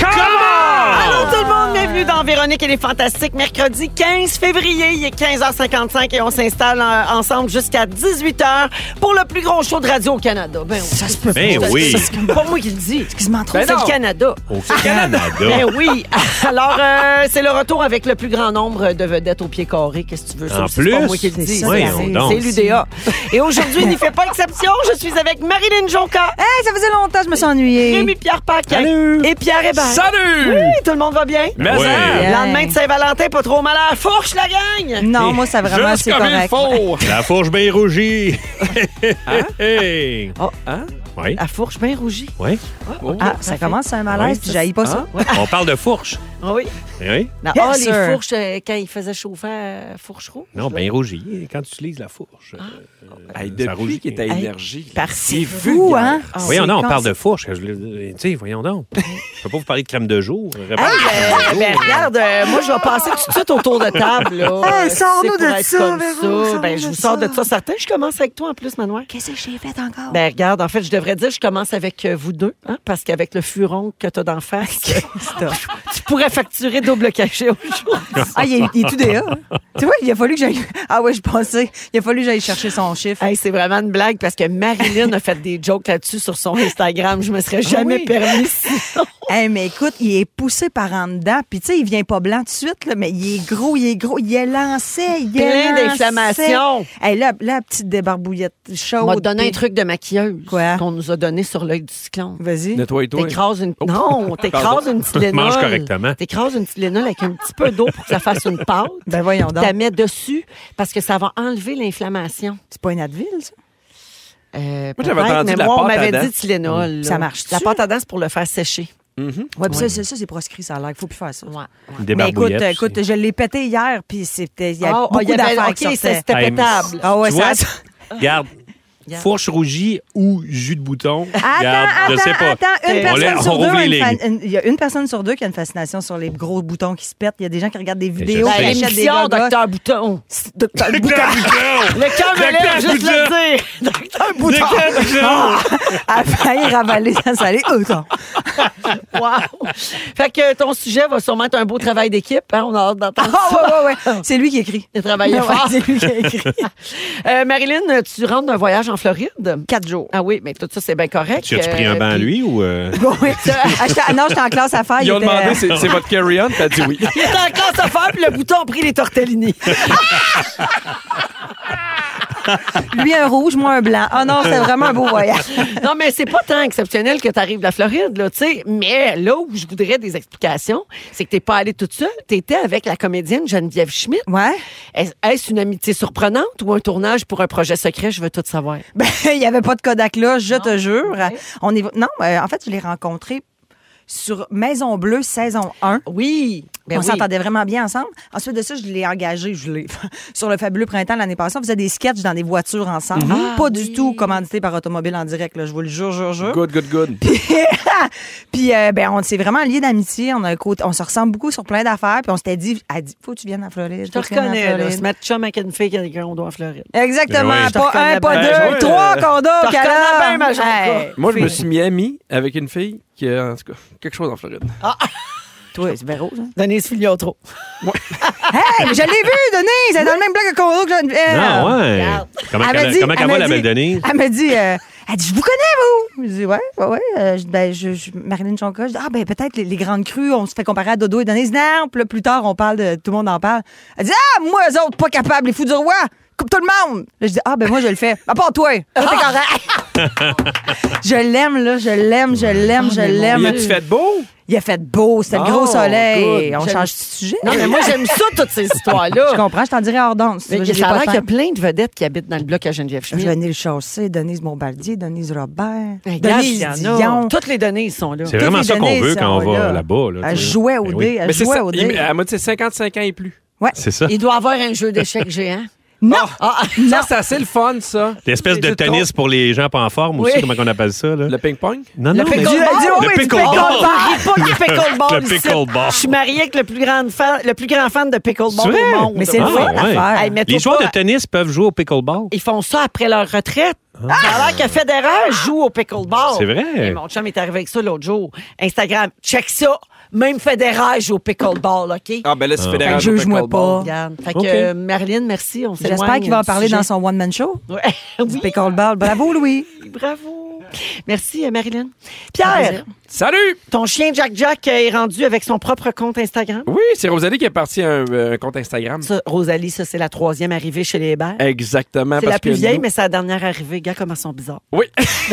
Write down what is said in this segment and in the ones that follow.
Allô tout le monde, bienvenue dans Véronique et les Fantastiques. Mercredi 15 février, il est 15h55 et on s'installe euh, ensemble jusqu'à 18h pour le plus gros show de radio au Canada. Ben oui. Ça se peut Ben pas. oui. Ça se C'est pas moi qui le dis. Excuse-moi trop. c'est le Canada. Au Canada. Ben oui. Alors, euh, c'est le retour avec le plus grand nombre de vedettes au pied carré. Qu'est-ce que tu veux? Ça En aussi, c'est pas plus, moi qui le dis. c'est voyons C'est- donc. c'est l'UDA. Et aujourd'hui, n'y fait pas exception. Je suis avec Marilyn Jonca, Hey, ça faisait longtemps, je me suis ennuyée. Rémi-Pierre Paquin Salut. et Pierre Hébert. Salut! Oui, tout le monde va bien? Mais Ouais. ça, Yeah. Lendemain de Saint-Valentin, pas trop mal à la fourche, la gang! Non, moi, ça vraiment, c'est juste comme il correct. faut! La fourche bien rougie. Hey. Oh. Hein? Oui. La fourche bien rougie. hein? Oui. Ah, ça commence un malaise, Oui, Hein? puis j'haïs Ah. pas ça. On parle de fourche. Ah oui. Oui. Non, Yes, ah, sir. les fourches, euh, quand ils faisaient chauffer euh, fourche rouge. Non, bien rougie. Quand tu utilises la fourche. Ah, Euh, Hey, Ça rougit. depuis qu'il est à Hey, énergie, Parti. Fou, hein? Ah, Voyons C'est donc, con, on parle ça. de fourche. Je voulais dire, Tu sais, voyons donc. Je peux pas vous parler de crème de jour. euh, Ah, Réparez- ben, ben, regarde, euh, moi, je vais passer tout de suite autour de table. là. Hey, Euh, sors-nous c'est pour de être ça, comme Véro, ça. Ben, sors-nous je vous de sors de ça. ça, certain. Je commence avec toi, en plus, Manoir. Qu'est-ce que j'ai fait encore? Ben, regarde, en fait, je devrais dire, je commence avec euh, vous deux, hein, parce qu'avec le furon que t'as d'en face, tu pourrais facturer double cachet aujourd'hui. Ah, il est, il est tout DA. hein? Tu vois, il a fallu que j'aille. Ah, ouais, je pensais. Il a fallu que j'aille chercher son chiffre. Hey, c'est vraiment une blague parce que Marilyn a fait des jokes là-dessus sur son Instagram. Je me serais jamais oui? permis. sinon. Hey, mais écoute, il est poussé par en dedans. Puis, tu sais, il vient pas blanc tout de suite, là, mais il est gros, il est gros. Il est lancé, il est Plein lancé. d'inflammation. Hey, là, la petite débarbouillette chaude. On va te donner un puis- truc de maquilleuse Quoi? qu'on nous a donné sur l'œil du cyclone. Vas-y. Nettoie-toi. T'écrases une... Oh. Non, t'écrases Pardon. une Tylenol. Mange correctement. T'écrases une Tylenol avec un petit peu d'eau pour que ça fasse une pâte. Ben, voyons Tu la donc. mets dessus parce que ça va enlever l'inflammation. C'est pas une Advil, ça? Euh, Moi, j'avais peut-être, entendu mais la moi, on pâte à m'avait dents. dit Tylenol. là. Ça marche-tu? La pâte à dents, c'est pour le faire sécher. Ouais, puis ça, ça, ça, c'est proscrit, ça a l'air. Il faut plus faire ça. Ouais. Des Mais ben, écoute, barbouillettes, écoute, tu sais. je l'ai pété hier, puis c'était. Il y a Ah, beaucoup il y avait- d'affaires OK, qui ça, sortaient. c'était Hey, pétable. Ah ouais, Tu ça. vois? Regarde. Regarde. Fourche rougie ou jus de bouton. Regarde, Attends, je sais attends, pas. attends. Une On personne les- on sur deux. rouvre a les une fan- lignes. une- Il y a une personne sur deux qui a une fascination sur les gros boutons qui se pètent. Il y a des gens qui regardent des vidéos, sais. qui Ben, Ben, achètent des émission, gogos. docteur Bouton. Docteur Le Bouton. bouton! Le cœur me lève, juste le dire. Docteur Bouton. Le bouton! A failli ravaler sa salée. Oh, non. Wow. Fait que ton sujet va sûrement être un beau travail d'équipe. hein. On a hâte d'entendre Ah, ça. ouais, ouais, ouais. C'est lui qui écrit. oh, Il a travaillé Ah ouais, fort. c'est lui qui a écrit. Euh, Marilyn, tu rentres d'un voyage en Floride. Quatre jours. Ah oui, mais tout ça, c'est bien correct. Tu as-tu pris un Euh, bain à puis- lui ou. euh? Oui. Ah, j'étais- non, j'étais en classe à faire. il Ils ont était- demandé, c'est c'est votre carry-on? T'as dit oui. Il était en classe à faire, puis le bouton a pris les tortellini. Lui, un rouge, moi, un blanc. Ah non, c'était vraiment un beau voyage. non, mais c'est pas tant exceptionnel que tu arrives de la Floride, là, tu sais. Mais là où je voudrais des explications, c'est que t'es pas allée toute seule. T'étais avec la comédienne Geneviève Schmidt. Ouais. Est- Est-ce une amitié surprenante ou un tournage pour un projet secret? Je veux tout savoir. Ben, il n'y avait pas de Kodak là, je te jure. ouais. On est... Non, euh, en fait, je l'ai rencontré sur Maison Bleue, saison 1. Oui. Ben on oui. s'entendait vraiment bien ensemble. Ensuite de ça, je l'ai engagé, je l'ai sur le fabuleux printemps l'année passée. On faisait des sketchs dans des voitures ensemble. Mm-hmm. pas Ah du tout commandité par Automobile en direct, là, je vous le jure, jure, jure. Good, good, good. Puis euh, ben, on s'est vraiment liés d'amitié. On, a un côté- on se ressemble beaucoup sur plein d'affaires. Puis on s'était dit, elle dit, faut que tu viennes à Floride. Je te faut que tu viennes en reconnais, là. Floride. Se mettre chum avec une fille qu'on doit en Floride. Exactement. Ben oui. Je Pas te un, reconnais pas bien. Eh deux, Ben, trois je- condos, Je te reconnais calme. bien, ma Jonca. Moi, je me suis mis ami avec une fille qui a, en tout cas, quelque chose en Floride. Toi, c'est bien rouge, hein? Denise Filiotro. Hey, je l'ai vu, Denise! Elle est dans le même bloc que Condo que Geneviève. Ah ouais! Regarde. Comment Elle m'a qu'elle dit- comment elle qu'elle m'a va, la dit- belle Denise? Elle m'a dit, euh, elle dit, je vous connais, vous! Je dis, ouais, ouais, ouais. Euh, je- ben, je, je- Marilyn Jonca, je dis, ah, ben, peut-être les, les grandes crues, on se fait comparer à Dodo et Denise. Non, puis là, plus tard, on parle de, tout le monde en parle. Elle dit, ah, moi, eux autres, pas capables, les fous du roi! Coupe tout le monde! Là, je dis, ah, ben, moi, je le fais. À part toi! Toi, t'es correct. je l'aime, là, je l'aime, je l'aime, je Il l'aime. a-tu fait beau? Il a fait beau, c'était le Oh, gros soleil. good. On J'aime- change de sujet. Non, mais moi, j'aime ça, toutes ces Je histoires-là. comprends, je t'en dirai hors danse. Mais Moi, j'ai ça a pas l'air qu'il y a de plein de vedettes qui habitent dans le bloc à Geneviève temps. Schmidt. Renée Chaussée, Denise Bombardier, Denise Robert, Hey, gars, Ben, il Denise y en a. Ben Dion. Toutes les données sont là. C'est vraiment les ça qu'on données veut quand on sont va là. là-bas. là, Elle tu sais. jouait au Ben dé, oui. elle c'est jouait ça. au il- Ah, dé. Elle m'a dit, c'est 55 ans et plus. Ouais. C'est ça. Il doit avoir un jeu d'échecs géant. Non! Ah, Non. Ça, c'est assez le fun, ça. L'espèce de Les jeux tennis pour les gens pas en forme Oui. aussi, comment on appelle ça? Là? Le ping-pong? Non, Le non, mais- pickleball. Dis- dis- oh, Le oui, du pickleball. On ne pas du pickleball. Le ici. pickleball. Je suis mariée avec le plus grand fan, le plus grand fan de C'est pickleball vrai? au monde. Mais c'est le Ah, fun à ouais. faire. Hey, mais Les toi, joueurs pas- de tennis peuvent jouer au pickleball. Ils font ça après leur retraite. Alors que Federer joue au pickleball. Ah! C'est vrai. Et mon chum est arrivé avec ça l'autre jour. Instagram, check ça. Même Federer joue au pickleball, OK? Ah, ben là, c'est fédéral. Fait que juge-moi pas. Regarde. Fait que, OK. euh, Marilyn, merci. On J'espère qu'il va en parler dans son one-man show. son... Du pickleball. Bravo, Louis. bravo. Merci, euh, Marilyn. Pierre, Salut! ton chien Jack Jack est rendu avec son propre compte Instagram. Oui, c'est Rosalie qui est partie à un, euh, un compte Instagram. Ça, Rosalie, ça, c'est la troisième arrivée chez les Hébert. Exactement. C'est Eh, parce la plus que vieille, nous- mais c'est la dernière arrivée. Gars, comment ils sont bizarres. Oui.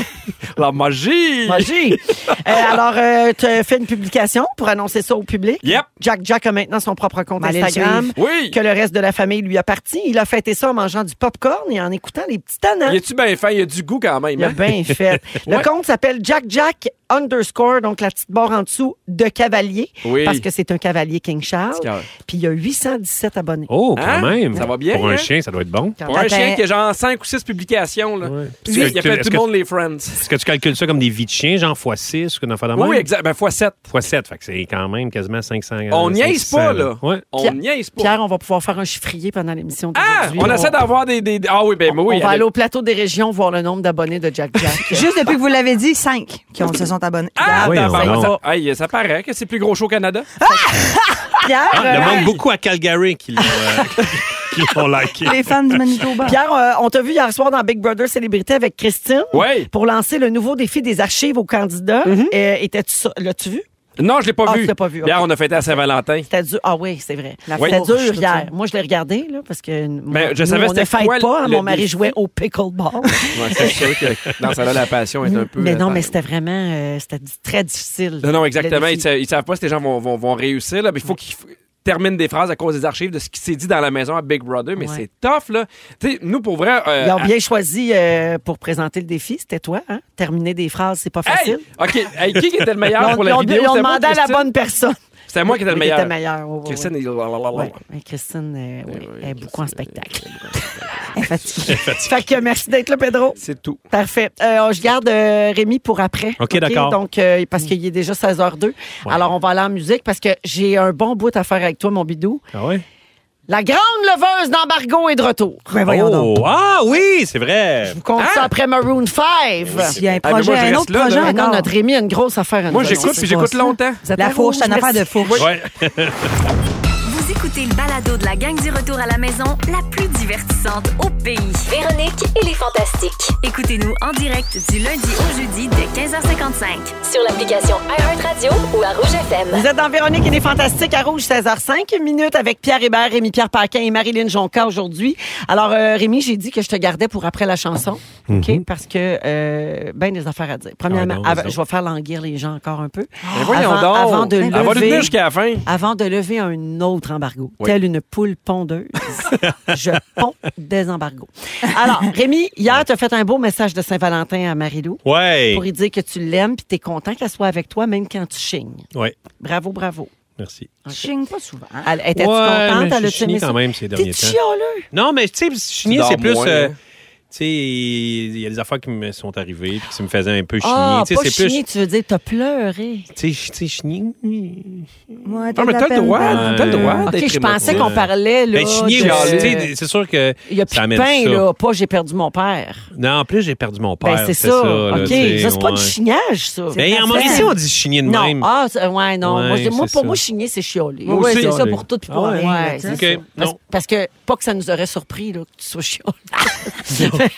la magie! Magie. Euh, alors, euh, tu as fait une publication pour annoncer ça au public. Yep. Jack Jack a maintenant son propre compte Ben, allez le Instagram. suivre. Oui! Que le reste de la famille lui appartient. Il a fêté ça en mangeant du popcorn et en écoutant les petits Y tanins. a-tu bien fin? Y a du goût quand même. Il a hein? bien fait. Le Ouais. compte s'appelle Jack Jack underscore, donc la petite barre en dessous de cavalier. Oui. Parce que c'est un cavalier King Charles. Petit cœur. Puis il y a 817 abonnés. Oh, quand Hein? même. Ça va bien, Pour un hein? chien, ça doit être bon. Pour un Attends. chien qui a genre 5 ou 6 publications, là. Ouais. Puis Il Est-ce que- appelle est-ce tout que- le monde les friends. Est-ce que tu calcules ça comme des vies de chien, genre x6 ou une affaire de Ah, même? Oui, exact. Ben, fois 7. Fois 7, fait que c'est quand même quasiment 500. On euh, niaise 500, pas, là. Ouais. On Pierre- niaise pas. Pierre, on va pouvoir faire un chiffrier pendant l'émission Ah! d'aujourd'hui. On essaie d'avoir des, des- Ah oui, ben oui. on va allez. aller au plateau des régions voir le nombre d'abonnés de Jack Jack. Juste depuis que vous l'avez dit, cinq qui ont- se sont abonnés. Ah, Voyons tabarnak. donc. Aïe, ça paraît que c'est le plus gros show au Canada. Pierre, Ah, le euh, manque beaucoup à Calgary qui l'ont euh, qui l'ont liké. Ah! les fans du Manitoba. Pierre, euh, on t'a vu hier soir dans Big Brother Célébrité avec Christine. Oui. Pour lancer le nouveau défi des archives aux candidats. Mm-hmm. Euh, Étais-tu sur- L'as-tu vu? Non, je l'ai pas Ah, vu. tu l'as pas vu, ok. Hier, on a fêté à Saint-Valentin. C'était dur. Ah oui, c'est vrai. Oui. C'était fourche, dur tout hier. ça. Moi, je l'ai regardé, là, parce que moi, Ben, je nous, savais on ne c'était fête quoi le- pas. hein, le mon mari défi. jouait au pickleball. Ouais, c'est sûr que dans celle-là, la passion est un peu. mais non, euh, mais c'était vraiment... euh, c'était di- très difficile. Non, non, le exactement. Ils, défi. sa- ils savent pas si les gens vont, vont, vont réussir. Là. Mais il faut qu'ils f- terminent des phrases à cause des archives de ce qui s'est dit dans la maison à Big Brother. Mais Ouais. c'est tough, là. Tu sais, nous, pour vrai. euh, Ils ont à- bien choisi euh, pour présenter le défi. C'était toi, hein? Terminer des phrases, c'est pas Hey! facile. OK. Hey, qui était le Ils meilleur ont- pour ils la ont- vidéo? ils ont C'était moi, demandé à la Christine? bonne personne. C'était moi qui étais le Mais t'étais meilleur. meilleur, ouais, ouais, Christine, il- Ouais. Mais Christine euh, oui, Ben oui, elle est beaucoup en spectacle. Elle est fatiguée. fait que merci d'être là, Pedro. C'est tout. Parfait. Euh, je garde euh, Rémi pour après. OK, d'accord. Donc, euh, parce qu'il est déjà 16h02. Alors, on va aller en musique parce que j'ai un bon bout à faire avec toi, mon bidou. Ah ouais? La grande leveuse d'embargo est de retour. Ben, voyons donc. oh, ah oui, c'est vrai. Je vous compte ça après Maroon 5. Il y a un Ah, mais moi, projet, je un reste autre là, projet là. Mais non, encore. notre Rémi a une grosse affaire. à nous Moi, annoncer. j'écoute, puis j'écoute longtemps. Vous êtes La à fourche, c'est une merci. affaire de fourche. Ouais. Vous écoutez le balado de la gang du retour à la maison, la plus divertissante au pays. Véronique et les Fantastiques. Écoutez-nous en direct du lundi au jeudi dès 15h55. Sur l'application iHeartRadio ou à Rouge FM. Vous êtes dans Véronique et les Fantastiques à Rouge, 16h05 minutes avec Pierre Hébert, Rémi-Pierre Paquin et Marilyn Jonca aujourd'hui. Alors, euh, Rémi, j'ai dit que je te gardais pour après la chanson, Mhm. OK? Parce que, euh, ben des affaires à dire. Premièrement, Ah ouais, donc, av- vas-y donc. je vais faire languir les gens encore un peu. Mais voyons Ah, avant, donc. avant de Elle va nous tenir lever... Ah, jusqu'à la fin. Avant de lever un autre embargo, Oui. telle une poule pondeuse, je ponds des embargos. Alors, Rémi, hier, tu as fait un beau message de Saint-Valentin à Marilou Ouais. pour lui dire que tu l'aimes puis tu es content qu'elle soit avec toi, même quand tu chignes. Ouais. Bravo, bravo. Merci. Je chigne pas souvent. hein. Ah, Elle- Étais-tu Ouais, contente? mais Elle je a suis aimé quand ça? même ces derniers T'es temps. chialeux. Non, mais tu sais, chigner, Tu c'est dors plus. moins, euh, hein? Tu sais, il y a des affaires qui me sont arrivées puis qui me faisaient un peu chigner. Ah, tu sais, pas c'est plus. chigner, tu veux dire, t'as pleuré. Tu sais, tu sais, chigner. Ouais, Non, Ah, mais de t'as la le droit. peine. T'as le Ah, droit. OK, d'être je pensais émotif. qu'on parlait, là, Ben, chigner de- aussi. chialer. tu sais, C'est sûr que. Il y a ça plus de amène pain, ça. là. Pas j'ai perdu mon père. Non, en plus, j'ai perdu mon père. Ben, c'est ça. ça. là, OK. tu sais, Ça, c'est pas ouais. du chignage, ça. Ben, en C'est- Mauricie, on dit chigner de Non. même. Ah, c'est- ouais, non. Ouais, moi, je- moi, c'est pour ça. moi, chigner, c'est chialer. Moi Ouais, aussi. c'est ça Allez. pour tout puis Ah pour ouais. rien. là, Ouais, tu sais. c'est OK, ça. Parce, non. parce que, pas que ça nous aurait surpris, là, que tu sois chiant.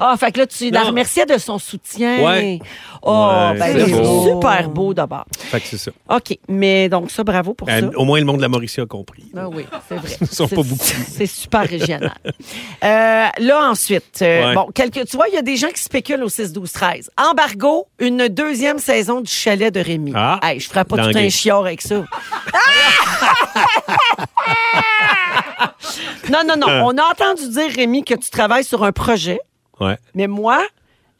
ah, fait que là, tu la Non. remerciais de son soutien. Ouais. Oh, Ouais, ben, c'est c'est beau. super beau d'abord. Fait que c'est ça. OK, mais donc ça, bravo pour Euh, ça. au moins, le monde de la Mauricie a compris. Ah oui, c'est vrai. Ils sont C'est- pas beaucoup. C'est super régional. Euh, là, ensuite, euh, Ouais. bon, quelques, tu vois, il y a des gens qui spéculent au 6, 12, 13. Embargo, une deuxième saison du chalet de Rémi. Ah. Hey, je ferais pas tout Langué. un chiard avec ça. Ah! Ah. non, non, non. On a entendu dire, Rémi, que tu travailles sur un projet, Ouais. mais moi,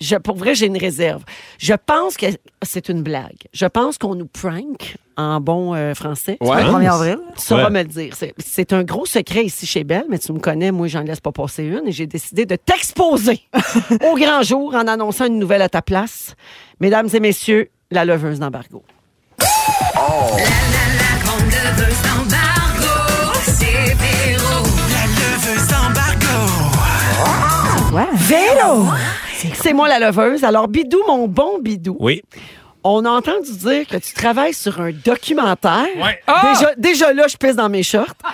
Je, pour vrai, j'ai une réserve. Je pense que c'est une blague. Je pense qu'on nous prank en bon euh, français. Le Ouais. Ah, 1er avril. Tu sauras Ouais. me le dire. C'est- C'est un gros secret ici chez Belle, mais tu me connais, moi, j'en laisse pas passer une et j'ai décidé de t'exposer au grand jour en annonçant une nouvelle à ta place. Mesdames et messieurs, la leveuse d'embargo. Ouais. Vélo! C'est moi la leveuse. Alors, Bidou, mon bon Bidou. Oui. On a entendu dire que tu travailles sur un documentaire. Ah! Ouais. Ah! Déjà, déjà là, je pisse dans mes shorts. Eh,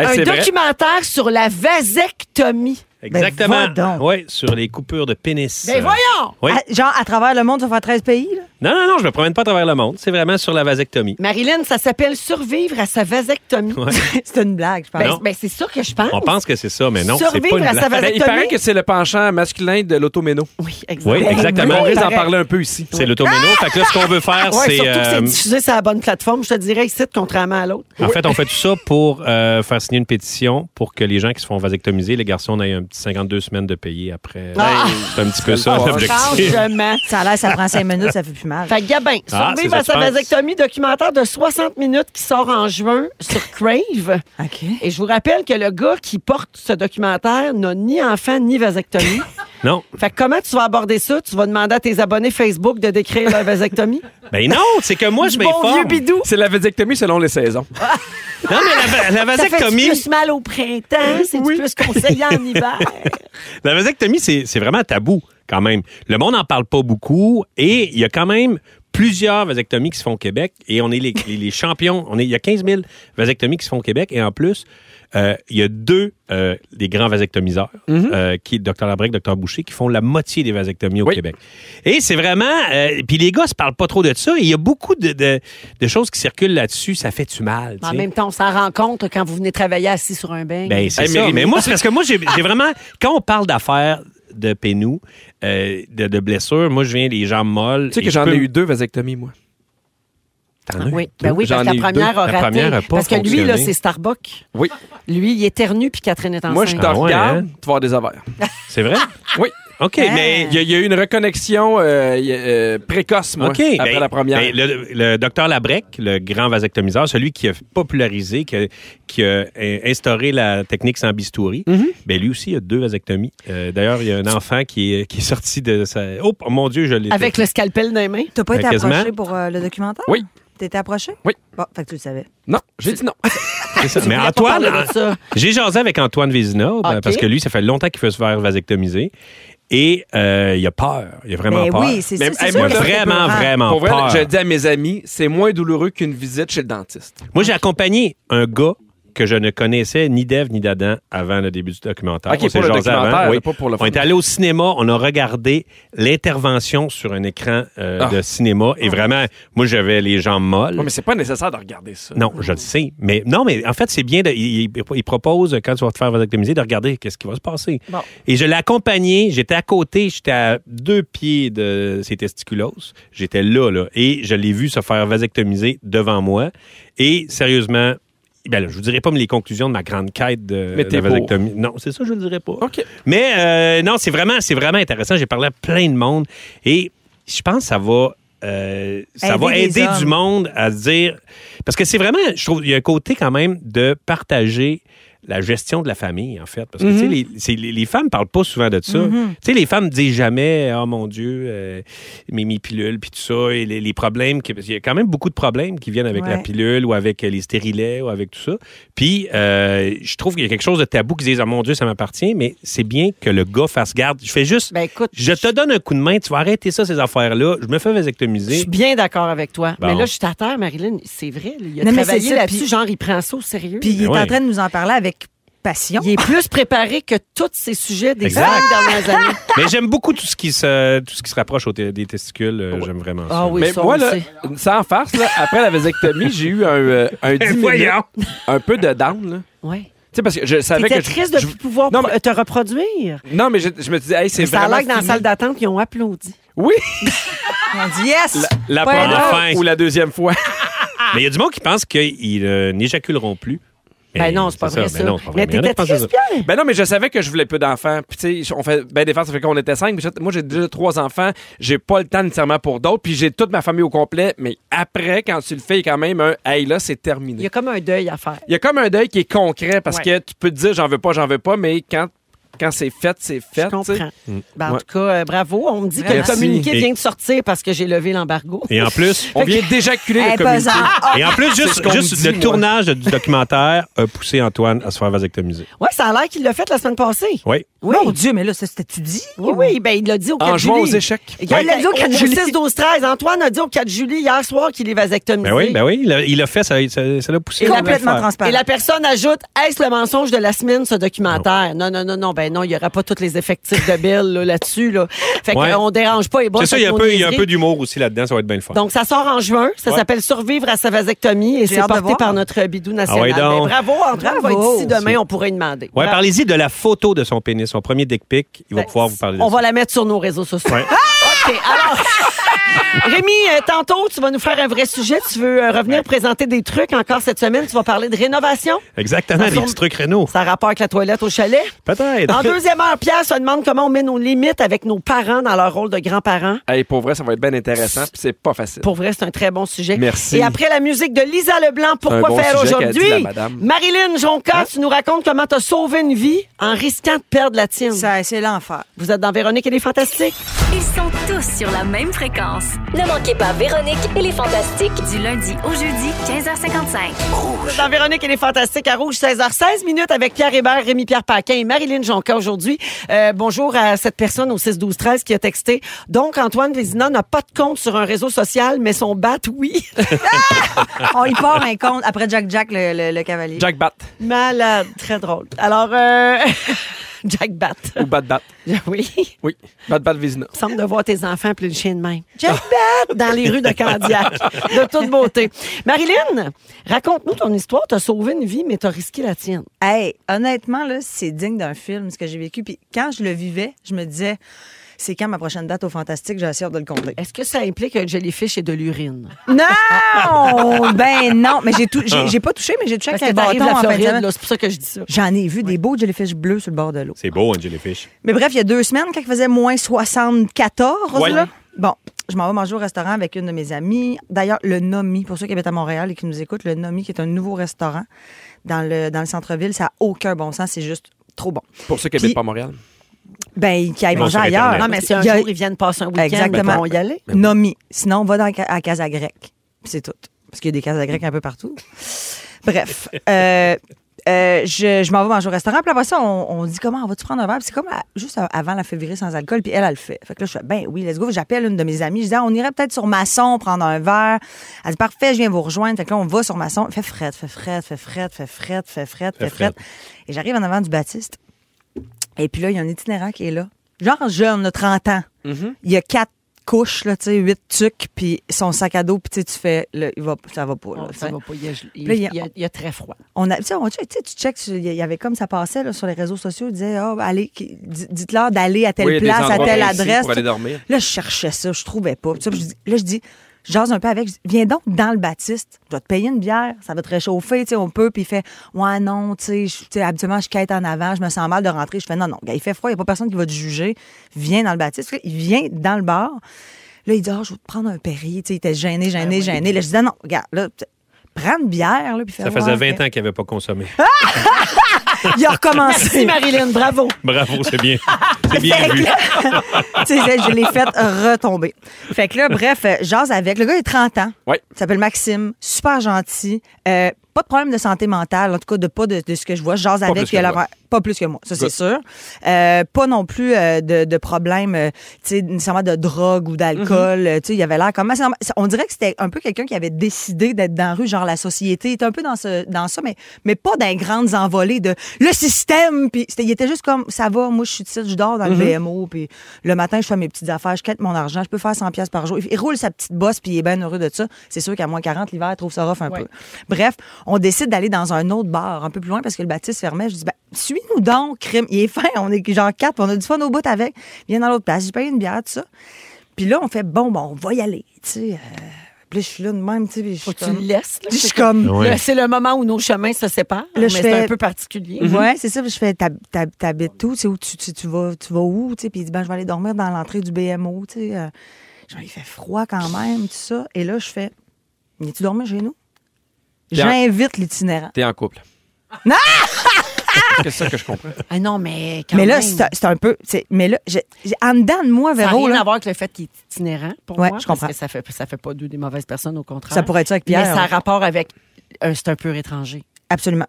Hey, un c'est vrai. documentaire sur la vasectomie. Exactement. va donc. ouais, sur les coupures de pénis. Mais Euh, voyons! Ah. Oui. À- Ah, genre, à travers le monde, ça va faire 13 pays, là? Non, non, non, je me promène pas à travers le monde. C'est vraiment sur la vasectomie. Marilyn, ça s'appelle Survivre à sa vasectomie. Ouais. Ah C'est une blague, je pense. Ben, Non. ben, c'est sûr que je pense. On pense que c'est ça, mais non, c'est Survivre pas une à sa blague. Ben, il paraît vasectomie. que c'est le penchant masculin de l'automéno. Ben Oui, Oui, exactement. exactement. On risque d'en paraît. parler un peu ici. C'est l'automéno. Fait que là, ce qu'on veut faire, Ouais, c'est... surtout que euh, c'est diffusé sur la bonne plateforme. Je te dirais ici, contrairement à l'autre. en fait, on fait tout ça pour euh, faire signer une pétition pour que les gens qui se font vasectomiser, les garçons, aient un petit 52 semaines de payer après. Ah! C'est un petit peu ça, Ah, l'objectif. Changement. Ça a l'air, ça prend 5 minutes, ça fait plus mal. Fait que Gabin, Ah, survivre à sa c'est ça, tu penses. vasectomie, documentaire de 60 minutes qui sort en juin sur Crave. OK. Et je vous rappelle que le gars qui porte ce documentaire n'a ni enfant ni vasectomie. Non. fait que comment tu vas aborder ça? Tu vas demander à tes abonnés Facebook de décrire leur vasectomie? Ben non, c'est que moi, je Du bon vieux m'informe. bidou. C'est la vasectomie selon les saisons. Ah, Non, mais la, va- la Ça fait vasectomie, plus mal au printemps, c'est plus conseillant en hiver. la vasectomie, c'est c'est vraiment tabou quand même. Le monde n'en parle pas beaucoup et il y a quand même plusieurs vasectomies qui se font au Québec et on est les, les- les champions. On est, il y a 15 000 vasectomies qui se font au Québec et en plus, euh, il y a deux euh, des grands vasectomiseurs, euh, qui Dr Labrec, Dr Boucher, qui font la moitié des vasectomies au Oui. Québec. Et c'est vraiment... euh, Puis les gars se parlent pas trop de ça. et Il y a beaucoup de, de- de choses qui circulent là-dessus. Ça fait-tu mal? tu en sais? même temps, on s'en rend compte quand vous venez travailler assis sur un bain. Ben, c'est Hey, ça. Mérémy. Mais moi, c'est parce que moi, j'ai j'ai vraiment. Quand on parle d'affaires de pénou, euh, de, de blessures, moi, je viens des jambes molles. Tu sais et que je j'en peux- ai eu deux vasectomies, moi. T'en as eu? oui, ben oui, J'en parce que ai eu la première deux. a La raté. première a pas parce que lui, là, fonctionné. c'est Starbucks. Oui. Lui, il éternue puis Catherine est enceinte. Moi, je te Ah ouais, regarde, hein? tu vas avoir des ovaires. C'est vrai? Oui. OK, Ah. mais. Il y, a- il y a eu une reconnexion euh, il y a- euh, précoce, moi, OK. après Ben, la première. ben, le, le docteur Labrec, le grand vasectomiseur, celui qui a popularisé, qui a, qui a, euh, instauré la technique sans bistouri, Mm-hmm. ben, lui aussi, il a deux vasectomies. Euh, D'ailleurs, il y a un enfant qui est, qui est sorti de sa. Oh, mon Dieu, je l'ai. Avec le scalpel dans les mains. T'as pas été Ben, quasiment. approché pour euh, le documentaire? Oui. T'étais approché? Oui. Bon, fait que tu le savais. Non, j'ai dit non. C'est ça. Mais voulais pas Antoine, parler de ça. j'ai jasé avec Antoine Vézina ben, OK. parce que lui, ça fait longtemps qu'il veut se faire vasectomiser. Et euh, il a peur. Il a vraiment Mais peur. Ben oui, c'est ça. Mais, c'est hey, sûr moi, que c'est vraiment, épeurant. vraiment Pour vrai, peur. je le dis à mes amis, c'est moins douloureux qu'une visite chez le dentiste. Moi, j'ai accompagné un gars que je ne connaissais ni d'Ève ni d'Adam avant le début du documentaire. Ok, on s'est pour le jasé documentaire, avant, oui. pas pour le On film. est allé au cinéma, on a regardé l'intervention sur un écran euh, Ah. de cinéma. Et vraiment, moi, j'avais les jambes molles. Ouais, mais c'est pas nécessaire de regarder ça. Non, je le sais. Mais non, mais en fait, c'est bien. De, il, il- il propose, quand tu vas te faire vasectomiser, de regarder qu'est-ce qui va se passer. Bon. Et je l'ai accompagné. J'étais à côté. J'étais à deux pieds de ses testiculoses. J'étais là, là. Et je l'ai vu se faire vasectomiser devant moi. Et sérieusement, ben là, je vous dirai pas mais les conclusions de ma grande quête de, Mais de t'es vasectomie. Non, c'est ça, je le dirai pas. OK. Mais euh, non, c'est vraiment, c'est vraiment intéressant. J'ai parlé à plein de monde et je pense que ça va. euh, ça Aider va les aider hommes. du monde à se dire. Parce que c'est vraiment, je trouve, il y a un côté quand même de partager la gestion de la famille, en fait. Parce que, tu sais, les, c'est- les, les femmes parlent pas souvent de ça. Tu sais, les femmes disent jamais, oh mon Dieu, euh, mes, mes pilules, puis tout ça, et les, les problèmes. qui- parce qu'il y a quand même beaucoup de problèmes qui viennent avec la Ouais. pilule ou avec euh, les stérilets ou avec tout ça. Puis, euh, je trouve qu'il y a quelque chose de tabou qui disent, oh mon Dieu, ça m'appartient, mais c'est bien que le gars fasse garde. Je fais juste, Ben écoute, je te donne un coup de main, tu vas arrêter ça, ces affaires-là. Je me fais Je suis vasectomiser. bien d'accord avec toi. Bon. Mais là, je suis à terre, Marilyn. C'est vrai. là, il a Non, mais c'est travaillé ça, là-dessus. puis- Genre, il prend ça au sérieux. Puis il est Ben ouais. en train de nous en parler avec passion. il est plus préparé que tous ces sujets des Exact. cinq dernières années. mais j'aime beaucoup tout ce qui se, tout ce qui se rapproche au te- des testicules. euh, J'aime vraiment ça. Ah oui, Mais ça, moi, on le là, sait. sans farce, là, après la vasectomie, j'ai eu un, euh, un 10 minutes, voyons. un peu de down. là. Ouais. Tu sais, parce que je savais T'étais que. je- triste de je- plus pouvoir Non, pro- mais- te reproduire. Non, mais je, je me disais, hey, c'est Ça a vraiment. l'air que dans la fini. salle d'attente, ils ont applaudi. Oui, On dit yes! la première Ouais, première Ah, enfin. ou la deuxième fois. Mais il y a du monde qui pense qu'ils euh, n'éjaculeront plus Ben non, c'est pas vrai ça. Mais Mais t'étais triste, t'étais Pierre? Ben non, mais je savais que je voulais peu d'enfants. Puis tu sais, on fait ben des fois, ça fait qu'on était cinq. mais je- moi, j'ai déjà trois enfants. J'ai pas le temps nécessairement pour d'autres. Puis j'ai toute ma famille au complet. Mais après, quand tu le fais, il y a quand même un hey là, Il y c'est a terminé. comme un deuil à faire. Il y a comme un deuil qui est concret parce Ouais. que tu peux te dire j'en veux pas, j'en veux pas, mais quand quand c'est fait, c'est fait. Je tu sais. comprends. Ben, en Ouais. tout cas, euh, bravo. On me dit que le Merci. communiqué Et- vient de sortir parce que j'ai levé l'embargo. Et en plus, On vient d'éjaculer Eh, le communiqué. pesant. et en plus ce juste, qu'on juste me dit, le moi. tournage du documentaire a poussé Antoine à se faire vasectomiser. Ouais, ça a l'air qu'il l'a fait la semaine passée. Oui. Oui. Oh, Mon Dieu, mais là, ça, c'était tu dit? Oui, oui, ben, il l'a dit au 4 En jouant juillet. aux échecs. Il l'a Oui. dit au 4 Au juillet. 6, 12, 13. Antoine a dit au 4 juillet hier soir qu'il est vasectomisé. Ben oui, ben oui, il a- il l'a fait, ça ça- ça l'a poussé. Et à le Complètement faire. transparent. Et la personne ajoute Est-ce le mensonge de la semaine, ce documentaire Non, non, non, non. Ben non, il n'y aura pas tous les effectifs de Bill là, là-dessus. Là Fait Ouais. qu'on dérange pas. et bon, C'est ça, il y a un faites-nous peu- il y a un niaiser. peu d'humour aussi là-dedans, ça va être bien le fun. Donc, ça sort en juin. Ça Ouais. s'appelle Survivre à sa vasectomie et c'est hâte de porté voir. par notre bidou national. Ah ouais, Ben, donc. bravo, Antoine va être Bravo. ici demain. On pourrait y demander. Ouais, Bravo. parlez-y de la photo de son pénis, son premier dick pic. Il va pouvoir vous parler de Ben, On ça. va la Ah! mettre sur nos réseaux sociaux. Ouais. OK, alors. Rémi, euh, tantôt, tu vas nous faire un vrai sujet. Tu veux euh, revenir présenter des trucs encore cette semaine. Tu vas parler de rénovation. Exactement, Ça les ressemble- petits trucs Renault. Ça a rapport avec la toilette au chalet. Peut-être. En deuxième heure, Pierre se demande comment on met nos limites avec nos parents dans leur rôle de grands-parents. Hey, pour vrai, ça va être bien intéressant. Puis c'est pas facile. Pour vrai, c'est un très bon sujet. Merci. Et après la musique de Lisa Leblanc, un pourquoi bon faire sujet qu'a dit aujourd'hui? la madame. Hein? Marilyn Jonca, tu nous racontes comment t'as sauvé une vie en risquant de perdre la tienne. Ça, c'est l'enfer. Vous êtes dans Véronique et les Fantastiques. Ils sont tous sur la même fréquence. Ne manquez pas Véronique et les Fantastiques. Du lundi au jeudi, 15h55. Vous êtes Dans Véronique et les Fantastiques à Rouge, 16h16 minutes avec Pierre Hébert, Rémi-Pierre Paquin et Marilyn Jonca aujourd'hui. Euh, bonjour à cette personne au 6-12-13 qui a texté. Donc, Antoine Vézina n'a pas de compte sur un réseau social, mais son bat, oui. On y part un compte après Jack Jack, le, le- le cavalier. Jack Bat Malade. Très drôle. Alors, euh, Jack Bat. ou Bat Bat. Oui. Oui. Bat Bat Vizina. Il semble de voir tes enfants plus le chien de même. Jack Bat dans les rues de Candiac. De toute beauté. Marilyn, raconte-nous ton histoire. T'as sauvé une vie, mais t'as risqué la tienne. Hey, honnêtement, là, c'est digne d'un film, ce que j'ai vécu. Puis quand je le vivais, je me disais, c'est quand ma prochaine date au Fantastique, j'ai assez hâte de le compter. Est-ce que ça implique un jellyfish et de l'urine? Non! ben non! Mais j'ai tout, j'ai, j'ai pas touché, mais j'ai touché Parce avec que un t'arrives bâton la en fin de Floride, semaine. là, c'est pour ça que je dis ça. J'en ai vu des beaux jellyfish bleus sur le bord de l'eau. C'est beau, Angela Fish. Mais bref, il y a deux semaines, quand il faisait moins 74, Ouais. là, bon, je m'en vais manger au restaurant avec une de mes amies. D'ailleurs, le Nomi, pour ceux qui habitent à Montréal et qui nous écoutent, le Nomi, qui est un nouveau restaurant dans le, dans le centre-ville, ça n'a aucun bon sens, c'est juste trop bon. Pour ceux qui Puis- habitent pas Montréal. Ben, qui aille Ils vont manger sur ailleurs. Internet. Non, mais si un Il y a- jour, ils viennent passer un week-end, Exactement. ils vont y aller. Nomi. Sinon, on va dans la ca- à Casa Grecque. Puis C'est tout. Parce qu'il y a des Casa Grecques un peu partout. Bref. euh, euh, je je m'en vais manger au restaurant. Puis après ça, on, on dit comment on va-tu prendre un verre? Puis c'est comme à- juste à- avant la février sans alcool. Puis elle, elle le fait. Fait que là, je fais ben oui, let's go. J'appelle une de mes amies. Je dis ah, on irait peut-être sur Masson prendre un verre. Elle dit parfait, je viens vous rejoindre. Fait que là, on va sur Masson. Fait fret, fait fret, fait fret, fait fret, fait fret, fait fret. fret. Et j'arrive en avant du Baptiste. Et puis là, il y a un itinérant qui est là. Genre jeune, là, 30 ans. Mm-hmm. Il y a quatre couches, là, tu sais, huit tucs, puis son sac à dos, puis tu sais, tu fais, là, il va, ça va pas. là, Oh, tu ça sais. va pas, il y a, il, Là, il y a- il y a- il y a très froid. On a, tu sais, on- tu sais, tu check, tu- il y avait comme ça passait là, sur les réseaux sociaux, il disait, oh, allez, qui- di- dites-leur d'aller à telle Oui, des place, à endroits telle précis adresse. pour aller dormir. Là, je cherchais ça, je trouvais pas. Tu sais, puis je dis- là, je dis, j'ose un peu avec, je dis, viens donc dans le Baptiste, je vais te payer une bière, ça va te réchauffer, tu sais, on peut. Puis il fait, ouais, non, tu sais, je- tu sais, habituellement, je quête en avant, je me sens mal de rentrer. Je fais, non, non, gars, il fait froid, il n'y a pas personne qui va te juger, viens dans le Baptiste. Là, Il vient dans le bar. Là, il dit, ah, je vais te prendre un Perrier, tu sais, il était gêné, gêné, gêné. Là, je dis, ah, non, regarde, là, tu- prends une bière, là, puis Ça faisait 20 ans qu'il n'avait pas consommé. il a recommencé. Merci, Marilyn, bravo. Bravo, c'est bien. C'est bien Fait que vu. là, tu sais, je l'ai fait retomber. Fait que là, bref, euh, jase avec. Le gars, il a 30 ans. Ouais. Il s'appelle Maxime. Super gentil. Euh, pas de problème de santé mentale, en tout cas, de pas de, de ce que je vois. Je Jase avec. plus que il a la- moi. Pas plus que moi, ça, c'est Good. sûr. Euh, pas non plus euh, de, de problème, euh, tu sais, nécessairement de drogue ou Mm-hmm. d'alcool. Euh, Tu sais, il avait l'air comme... On dirait que c'était un peu quelqu'un qui avait décidé d'être dans la rue, genre la société. Il était un peu dans, ce, dans ça, mais, mais pas dans les grandes envolées de le système. Puis c'était- il était juste comme, ça va, moi, je suis ici, je dors dans Mm-hmm. le BMO. Puis le matin, je fais mes petites affaires, je quête mon argent, je peux faire 100 pièces par jour. Il roule sa petite bosse, puis il est bien heureux de ça. C'est sûr qu'à moins 40, l'hiver, il trouve ça rough un peu. Bref, on décide d'aller dans un autre bar, un peu plus loin, parce que le Baptiste fermait. Je dis, ben, suis-nous donc, crime. Il est fin, on est genre quatre, puis on a du fun au bout avec. Viens dans l'autre place, j'ai payé une bière, tout ça. Puis là, on fait, bon, bon, on va y aller, tu sais. euh, Puis là, je suis là de même, tu sais. puis Je Faut suis que tu le comme. laisses. là. Je suis comme. Ouais. Là, C'est le moment où nos chemins se séparent, mais Là, je c'est fais- un peu particulier. Ouais, c'est ça. puis Je fais, t'hab- t'hab- t'habites où? Tu sais, où tu, tu, tu vas, tu vas où? Tu sais, puis il dit, ben, je vais aller dormir dans l'entrée du BMO. Tu sais, euh, genre, il fait froid quand même, tout ça. Et là, je fais, viens-tu dormir chez nous? Bien. J'invite l'itinérant. T'es en couple. Non! C'est ça que je comprends. Ah non, mais quand mais là, même, c'est c'est un peu. c'est- Mais là, j'ai- j'ai- en dedans de moi, ça n'a Véro, rien là, à voir avec le fait qu'il est itinérant, pour Ouais, moi, je parce comprends. que ça fait, ça fait pas deux des mauvaises personnes, au contraire. ça pourrait être ça avec Pierre. Mais ça a rapport avec... euh, c'est un peu étranger. Absolument.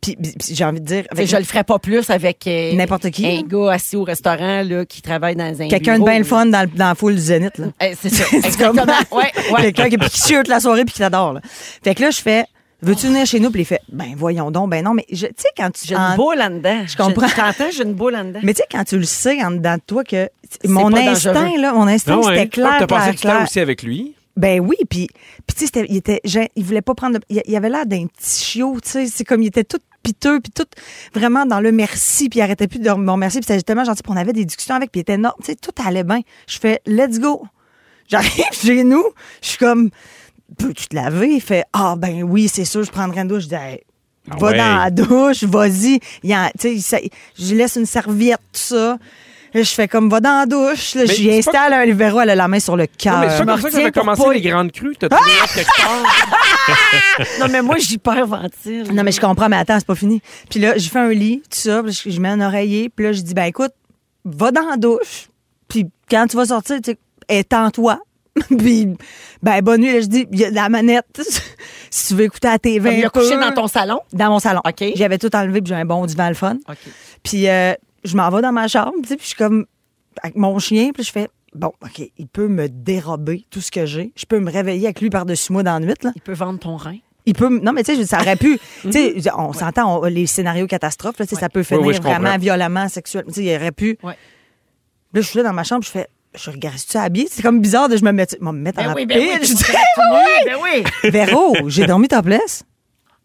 Puis, puis- puis j'ai envie de dire, Fait avec que je le ferais pas plus avec euh, N'importe qui, Un gars assis au restaurant là, qui travaille dans un quelqu'un de bureau, bien le là. fun dans, le- dans la foule du Zénith. Là. Eh, c'est ça. Tu comprends? Exactement. Ouais, ouais. Quelqu'un qui, qui chute la soirée puis qui t'adore. là. Fait que là, je fais, veux-tu venir chez nous? Puis il fait, ben voyons donc, ben non, mais je- tu sais, quand tu. J'ai en- une boule en dedans. Je comprends. Je t'entends, j'ai une boule en dedans. Mais tu sais, quand tu le sais en dedans de toi que mon pas instinct, dangereux. là, mon instinct, Ah ouais. c'était Ah, clair, T'as passé clair, du temps clair. aussi avec lui. Ben oui, puis puis tu sais, c'était- il était, gê- il voulait pas prendre, de- il, il avait l'air d'un petit chiot, tu sais, c'est comme il était tout piteux, puis tout vraiment dans le merci, puis il arrêtait plus de me remercier, puis c'était tellement gentil, puis on avait des discussions avec, puis il était énorme, tu sais, tout allait bien. Je fais, let's go. J'arrive chez nous, je suis comme, peux-tu te laver? Il fait, ah ben oui, c'est sûr, je prendrai une douche. Je dis, Hey, Ah va ouais. dans la douche, vas-y. Il en- tu sais, il sa- Je laisse une serviette, tout ça. Là, Je fais comme, va dans la douche. Là, Mais J'y c'est pas- installe un libéro, elle a la main sur le Non, cœur. mais c'est pas Je me comme ça que retiens ça Ah, avait Euh, pour Ah! commencé pas- les grandes crues. T'as trouvé l'autre quelque part. Non, mais moi, j'hyperventile. Non, mais je comprends, mais attends, c'est pas fini. Puis là, je fais un lit, tout ça, puis je, je mets un oreiller, puis là, je dis, ben écoute, va dans la douche, puis quand tu vas sortir, tu sais, étends-toi. puis, ben bonne nuit, là, je dis, il y a de la manette, si tu veux écouter la TV. Comme il un a couché peu. dans ton salon. Dans mon salon. OK. J'avais tout enlevé, puis j'ai un bon divan le fun. OK. Puis euh, je m'en vais dans ma chambre, tu sais, puis je suis comme avec mon chien, puis je fais bon, OK, il peut me dérober tout ce que j'ai. Je peux me réveiller avec lui par-dessus moi dans la nuit là. Il peut vendre ton rein. Il peut me- non mais tu sais, je- ça aurait pu, tu sais, Mhm. on s'entend on- les scénarios catastrophes là, tu sais, ça peut finir oui, je vraiment comprends. violemment sexuellement, tu sais, il aurait pu. Ouais. Là, je suis là dans ma chambre, je fais je regarde si tu habillé, c'est comme bizarre de je me mettre me mettre en ben tu je dis, vas te tourner, ben oui. Véro, j'ai dormi topless.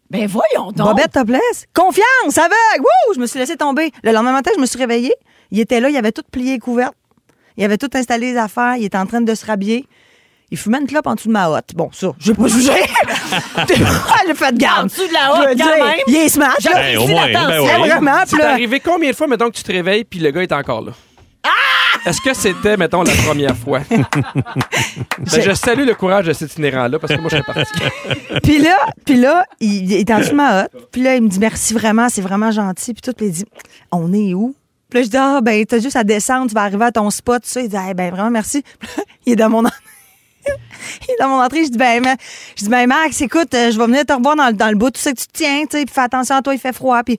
Ben voyons donc. Bobette topless. Confiance, aveugle. Wouh! Je me suis laissé tomber. Le lendemain matin, je me suis réveillée. Il était là, il avait tout plié et couvert. Il avait tout installé les affaires. Il était en train de se rhabiller. Il fumait une clope en dessous de ma hotte. Bon, ça, j'ai pas jugé. T'es pas le fait de garde. En dessous de la hotte, Je veux quand dire, même. Il est smart. là. Ben, au moins, ben C'est oui. vraiment, puis C'est là, arrivé combien de fois, mettons, que tu te réveilles puis le gars est encore là? Ah! Est-ce que c'était, mettons, la première fois? Ben, je salue le courage de cet itinérant-là parce que moi, je serais parti. Puis là, puis là, il, il est en dessous de ma hotte. Puis là, il me dit merci vraiment, c'est vraiment gentil. Puis tout, puis il dit on est où? Puis là, je dis ah ben t'as juste à descendre, tu vas arriver à ton spot, tout ça. Il dit ah ben vraiment merci. Puis là, il est dans mon en- il est dans mon entrée. Je dis ben ma- je dis ben Max, écoute, euh, je vais venir te revoir dans, le- dans le bout, tout ça que tu te tiens, tu sais, puis fais attention à toi, il fait froid. Puis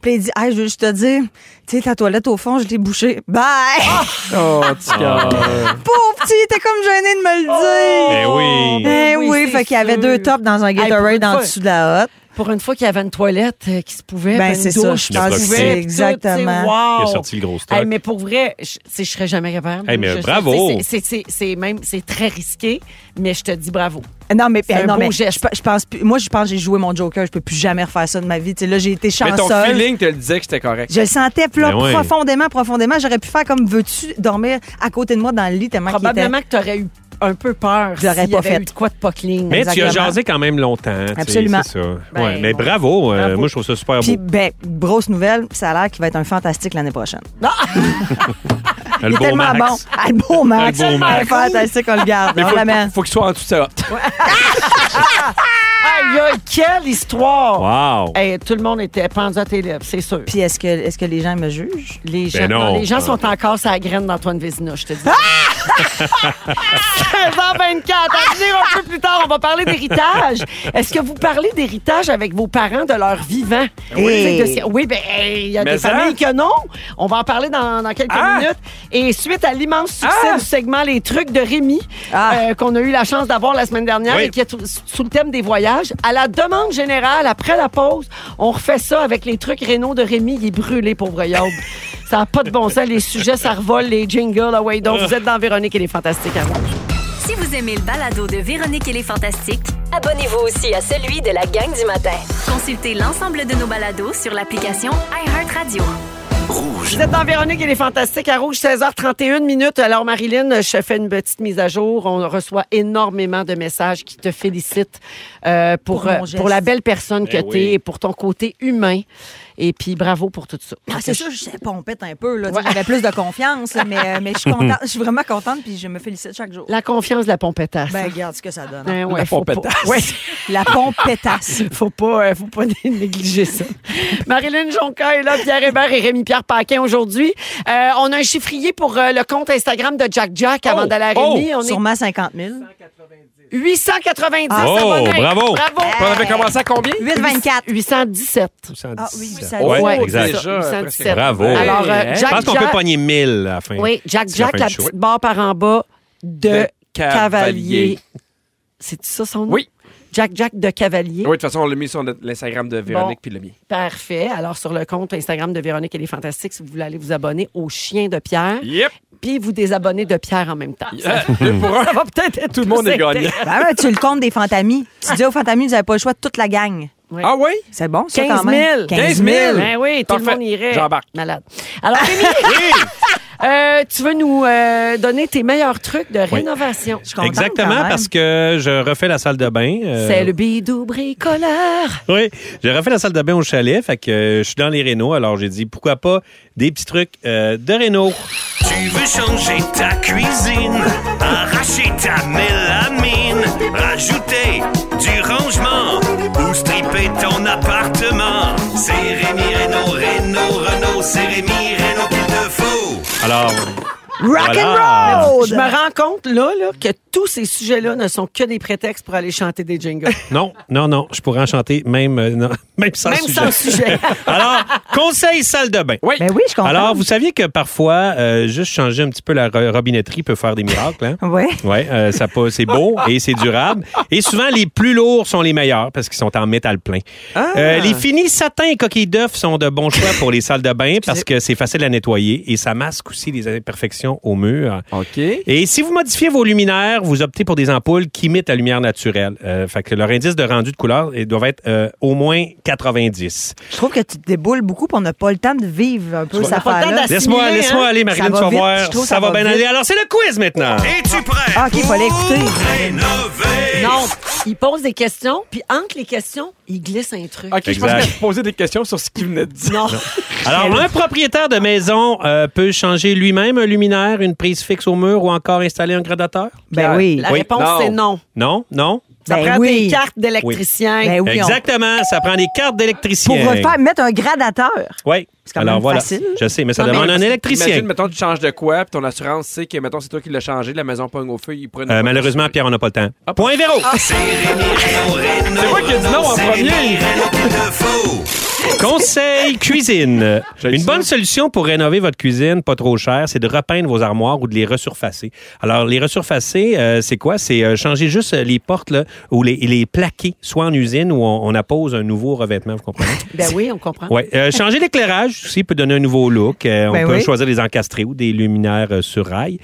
puis là, il dit ah je veux juste te dire, tu sais ta toilette au fond, je l'ai bouchée. Bye. Ah! Oh, petit gars. Pauvre petit, il était comme gêné de me le dire. Eh oui. Eh Oh! Ben oui, oui, c'est fait qu'il y avait sûr. deux tops dans un Gatorade pour une en fois- dessous de la hotte. Pour une fois qu'il y avait une toilette euh, qui se pouvait, Ben, puis c'est une ça, douche je qui se pense que pouvait, c'est puis tout, exactement. tu sais, wow. Il a sorti le gros stock. Hey, mais pour vrai, je, tu sais, je serais jamais capable. Hey, mais Je- je- bravo. c'est- C'est c'est- c'est même c'est très risqué, mais je te dis bravo. Non, mais, ben, C'est un non, beau mais geste. Je, pe- je pense, plus- moi, je pense que j'ai joué mon Joker. Je peux plus jamais refaire ça de ma vie. Tu sais, là, j'ai été Mais ton chanceuse. feeling te le disait que c'était correct. Je le sentais puis là, Ben ouais. profondément, profondément. J'aurais pu faire comme veux-tu dormir à côté de moi dans le lit tellement qu'il était- Probablement que tu aurais eu un peu peur. Je l'aurais s'il y pas avait fait. eu de quoi de pas clean. Mais tu as Exactement. jasé quand même longtemps. tu sais, Absolument. C'est ça. Ben, ouais, mais bon. bravo. euh, Bravo. moi, je trouve ça super Puis, beau. ben, grosse nouvelle, ça a l'air qu'il va être un fantastique l'année prochaine. Le Il est beau tellement Max. bon. Ah, le beau Max. Le beau Un Max. fantastique, on le garde. Mais on l'amène. faut, faut qu'il soit en dessous de sa hotte. Aïe, aïe, quelle histoire! Wow. Hey, tout le monde était pendu à tes lèvres, c'est sûr. Puis, est-ce que, est que les gens me jugent? Les gens, Ben non. les gens sont encore sur la graine d'Antoine Vézina, je te Ah! dis. 16h24, à venir un peu plus tard, on va parler d'héritage. Est-ce que vous parlez d'héritage avec vos parents de leur vivant? oui. C'est de- oui, ben, hey, il y a Mais des ça. familles que non. On va en parler dans, dans quelques Ah. minutes. Et suite à l'immense succès Ah. du segment Les trucs de Rémi, Ah. euh, qu'on a eu la chance d'avoir la semaine dernière Oui. et qui est sous- sous le thème des voyages, à la demande générale, après la pause, on refait ça avec les trucs rénaux de Rémi. Il est brûlé, pauvre Yob. ça n'a pas de bon sens. Les sujets, ça revole, les jingles. Ah ouais, donc vous êtes dans Véronique et les Fantastiques à Rouge. Si vous aimez le balado de Véronique et les Fantastiques, Abonnez-vous aussi à celui de la gang du matin. consultez l'ensemble de nos balados sur l'application iHeartRadio. Vous êtes dans Véronique et les Fantastiques à Rouge, 16h31 minutes. Alors, Marilyn, je fais une petite mise à jour. On reçoit énormément de messages qui te félicitent euh, pour, Pour mon euh, geste. pour, la belle personne Eh que Ben tu oui. et pour ton côté humain. Et puis, bravo pour tout ça. Ah, c'est sûr, je sais pas, on pète un peu. là. Tu sais, J'avais plus de confiance, là, mais, euh, mais je suis contente. Je suis vraiment contente, puis je me félicite chaque jour. La confiance de la pompétasse. Ben, regarde ce que ça donne. Ben ouais, la faut pas- pompétasse. ouais. La pompe pétasse. faut pas, euh, faut pas né- négliger ça. Marilyn Jonca est là, Pierre Hébert et Rémi-Pierre Paquin aujourd'hui. Euh, on a un chiffrier pour euh, le compte Instagram de Jack Jack avant Oh! d'aller à Rémi. on est Sûrement 50 000. 890 Oh, abonnés. bravo! On avait commencé à combien? 8,24. 817. Ah oui, oui, ça Ouais, dit. c'est exact. ça, Déjà, 817. presque. Bravo. Alors, euh, Hey, hein? Je Jack pense qu'on peut Jack- pogner 1000 à la fin. Oui, Jack C'est la Jack, fin la du show. petite barre par en bas de Cavalier. C'est ça son nom? Oui. Jack Jack de Cavalier. Oui, de toute façon, on l'a mis sur notre- l'Instagram de Véronique puis le mien. Parfait. Alors, sur le compte Instagram de Véronique, elle est fantastique. Si vous voulez aller vous abonner au chien de Pierre, Yep! Euh, puis vous désabonner de Pierre en même temps. Ça, Deux pour un. ça va peut-être être Tout le monde plus est gagnant. intéressant. Ben, ouais, tu le comptes des fantamis. Tu dis aux fantamis, vous n'avez pas le choix de toute la gang. Oui. Ah oui? C'est bon, ça, 15 quand 000. même. 15 000. Ben oui, tout Parfait. le monde irait. J'embarque. Malade. Alors, Rémi, euh, tu veux nous euh, donner tes meilleurs trucs de Oui. rénovation. suis contente, quand Exactement, même. parce que je refais la salle de bain. euh, C'est le bidou bricoleur. Oui, j'ai refait la salle de bain au chalet, fait que euh, je suis dans les rénaux, alors j'ai dit pourquoi pas des petits trucs euh, de réno. Tu veux changer ta cuisine, arracher ta mélamine, rajouter du rangement ou stripper ton appartement. C'est Rémi Réno, Réno, Renault, c'est Rémi Réno qu'il te faut. Alors, Rock Voilà. and roll! Je me rends compte, là, là, que tous ces sujets-là ne sont que des prétextes pour aller chanter des jingles. non, non, non, je pourrais en chanter même, euh, non, même sans Même sujet. sans sujet. Alors, conseil salle de bain. Ben oui, je comprends. Alors, vous saviez que parfois, euh, juste changer un petit peu la ro- robinetterie peut faire des miracles, hein? Ouais. Oui, ça peut- c'est beau et c'est durable. Et souvent, les plus lourds sont les meilleurs parce qu'ils sont en métal plein. Ah! Euh, les finis satin et coquilles d'œufs sont de bons choix pour les salles de bain parce que c'est facile à nettoyer et ça masque aussi les imperfections au mur. OK. Et si vous modifiez vos luminaires, vous optez pour des ampoules qui imitent la lumière naturelle. Euh, fait que leur indice de rendu de couleur ils doivent être euh, au moins 90. Je trouve que tu te déboules beaucoup, puis on n'a pas le temps de vivre un peu On cette n'a pas le temps affaire-là. d'ass- Laisse-moi Assimilé, laisse-moi hein? aller, Marilyn, Ça va tu vas vite, voir. je trouve ça, ça va va bien vite. aller. Alors, c'est le quiz maintenant. Es-tu prêt? Ah, OK, fallait pour écouter. Rénover. Non, il pose des questions, puis entre les questions, il glisse un truc. OK, je pense Exact. qu'elle se posait des questions sur ce qu'il venait de dire. Non. Alors, un propriétaire de maison euh, peut changer lui-même un luminaire, une prise fixe au mur ou encore installer un gradateur? Ben oui. La Oui. réponse, Non. c'est non. Non? Non? Ça Ben prend oui. des cartes d'électricien. Ben oui, on- Exactement. Ça prend des cartes Pour d'électricien. refaire, mettre un gradateur. Oui. C'est quand Alors même voilà. facile. Je sais, mais ça Non, mais demande un imagine- électricien. Imagine, mettons, tu changes de quoi, puis ton assurance sait que, mettons, c'est toi qui l'as changé, la maison pogne au feu, il prennent... Euh, malheureusement, Pierre, on n'a pas le temps. Point véro. Ah, C'est Rémi Réno, Réno. C'est moi qui ai dit non en c'est premier. Rémi Réno qu'il te faut. Conseil cuisine. le Une sais. bonne solution pour rénover votre cuisine, pas trop cher, c'est de repeindre vos armoires ou de les resurfacer. Alors, les resurfacer, euh, c'est quoi? C'est euh, changer juste euh, les portes là, ou les, les plaquer, soit en usine ou on, on appose un nouveau revêtement, vous comprenez? Ben oui, on comprend. Ouais. Euh, changer l'éclairage aussi peut donner un nouveau look. Euh, Ben on peut oui. choisir des encastrés ou des luminaires euh, sur rail.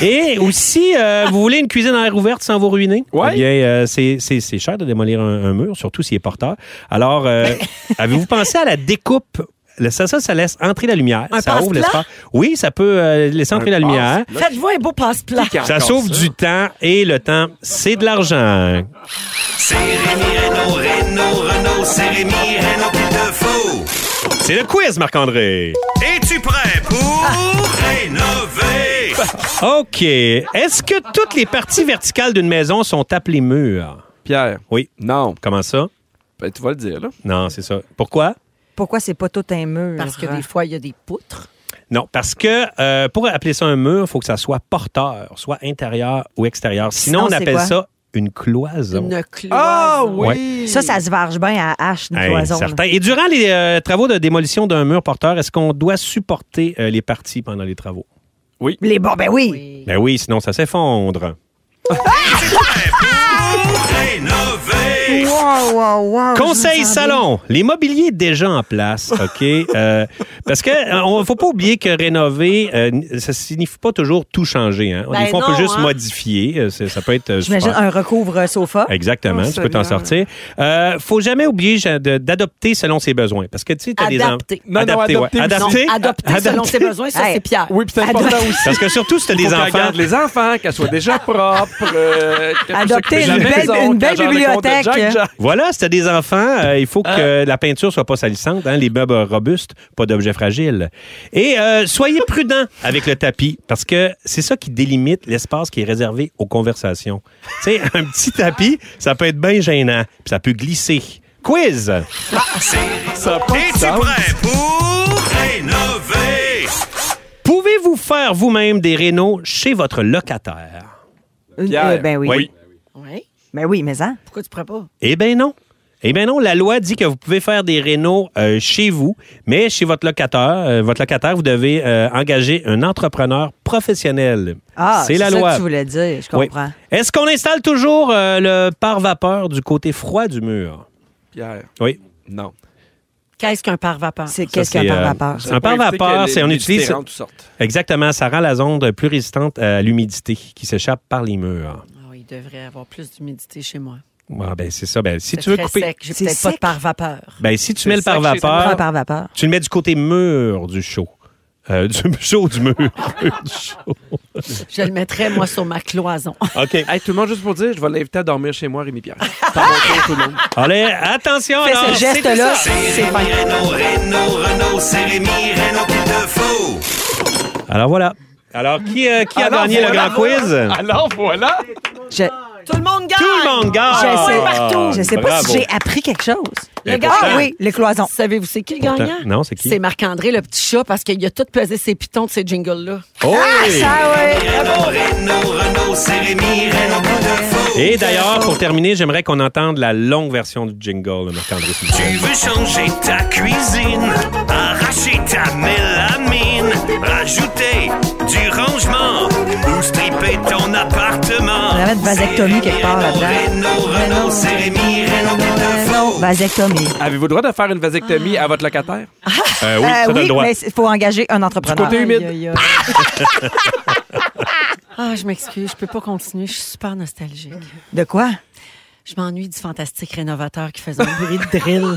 Et aussi, euh, vous voulez une cuisine à air ouverte sans vous ruiner? Ouais. Eh bien, euh, c'est- c'est c'est cher de démolir un, un mur, surtout s'il est porteur. Alors, euh, avez-vous pensé à la découpe? Le- Ça, ça, ça laisse entrer la lumière. Un ça ouvre passe-plat? l'espace. Oui, ça peut euh, laisser entrer la lumière. Faites-vous un beau passe-plat. Ça sauve du temps et le temps, c'est de l'argent. C'est Rémi Réno, Réno, Renault, c'est Rémi Réno qu'il te faut. C'est le quiz, Marc-André. Es-tu prêt pour rénover? OK. Est-ce que toutes les parties verticales d'une maison sont appelées murs? Pierre, Oui. non. Comment ça? Ben, tu vas le dire, là. Non, c'est ça. Pourquoi? Pourquoi c'est pas tout un mur? Parce que des fois, il y a des poutres. Non, parce que euh, pour appeler ça un mur, il faut que ça soit porteur, soit intérieur ou extérieur. Sinon, Sinon, on c'est appelle quoi? ça une cloison. Une cloison. Ah, Ah, Ça, ça se varge bien à hache, une Hey, cloison. là. certain. Et durant les euh, travaux de démolition d'un mur porteur, est-ce qu'on doit supporter euh, les parties pendant les travaux? Les bon, ben oui. Oui. Ben oui, sinon ça s'effondre. Rénover! Wow, wow, wow. Conseil Je vous entends. salon, les mobiliers déjà en place, OK? Euh, parce que euh, on faut pas oublier que rénover, euh, ça signifie pas toujours tout changer. Hein? Ben Des fois, on non, peut juste hein. modifier. euh, c'est- Ça peut être euh, J'imagine super. un recouvre sofa. Exactement, Oh, tu peux t'en Seigneur. sortir. Euh, faut jamais oublier je- de- d'adopter selon ses besoins. Parce que tu sais, t'as des en- Adapter. Non, non, Adapter, ouais. adopter, Non, Adapter. adopter selon ses besoins, ça, Hey. c'est Pierre. Oui, puis c'est important aussi. Parce que surtout, si t'as des Faut qu'elle enfants. garde les enfants, qu'elle soit déjà propre. euh, qu'elle puisse Adopter s'occuper de la une belle- maison, une belle qu'elle gère les comptes de bibliothèque. Jack, Jack. Voilà, si t'as des enfants, euh, il faut que Ah. euh, la peinture soit pas salissante, hein, les meubles robustes, pas d'objets fragiles. Et euh, soyez prudent avec le tapis, parce que c'est ça qui délimite l'espace qui est réservé aux conversations. tu sais, un petit tapis, ça peut être bien gênant, puis ça peut glisser. Quiz! Ah, Es-tu prêt pour rénover? Pouvez-vous faire vous-même des rénaux chez votre locataire? Pierre. Euh, ben oui. Oui. Oui. Ben oui, mais ça. Pourquoi tu pourrais pas? Eh bien non. Eh bien non, la loi dit que vous pouvez faire des rénaux euh, chez vous, mais chez votre locataire, euh, votre locataire, vous devez euh, engager un entrepreneur professionnel. Ah, c'est la ça loi. que tu voulais dire, je Oui. comprends. Est-ce qu'on installe toujours euh, le pare-vapeur du côté froid du mur? Pierre, Oui. non. Qu'est-ce qu'un pare-vapeur? C'est Ça, qu'est-ce qu'un c'est, euh, pare-vapeur? ça? Un pare-vapeur, c'est on utilise De toutes sortes. exactement, ça rend la zone plus résistante à l'humidité qui s'échappe par les murs. Ah oui, il devrait avoir plus d'humidité chez moi. Ah, ben c'est ça. Ben si C'est tu veux très couper, sec. J'ai C'est peut-être pas de sec. pare-vapeur. ben si tu C'est mets le ça que j'ai- Un pare-vapeur, pare-vapeur. Tu le mets du côté mur du show. Euh, du show du mur. Mur du show. Je le mettrais, moi, sur ma cloison. OK. Hey, tout le monde, juste pour dire, je vais l'inviter à dormir chez moi, Rémi Pierre. Par mon tour, tout le monde. Allez, attention Fais alors. ce geste-là, c'était ça. c'est fin. Renault, Renault, Renault, c'est Rémi, Renault qu'il te faut. Alors voilà. Alors, qui, euh, qui a Alors, gagné voilà. le grand quiz? Alors voilà! Je- Tout le monde gagne! Tout le monde gagne! sais. Ah, partout. Je sais pas si j'ai appris quelque chose. Le gars- Ah pourtant- oui, les cloisons. Savez-vous c'est qui le Pourtant- gagnant? non, c'est qui? C'est Marc-André, le petit chat, parce qu'il a tout pesé ses pitons de ces jingles-là. Oh! Ah, Ça, oui. Renault, Renault, Renault, c'est Rémi, Renault qu'il te faut. Et d'ailleurs, pour terminer, j'aimerais qu'on entende la longue version du jingle de Marc-André s'il vous plaît. Tu veux changer ta cuisine, arracher ta mélamine, rajouter du rangement ou stripper ton appartement. On va mettre vasectomie quelque part là-dedans. Renault, Renault, c'est Rémi, Renault qu'il te faut. Vasectomie. Avez-vous le droit de faire une vasectomie à votre locataire? Euh, oui, Euh, ça donne oui, droit. mais il faut engager un entrepreneur. Du côté humide. aïe, aïe. Ah, je m'excuse, je peux pas continuer. Je suis super nostalgique. De quoi? Je m'ennuie du fantastique rénovateur qui faisait un bruit de drill.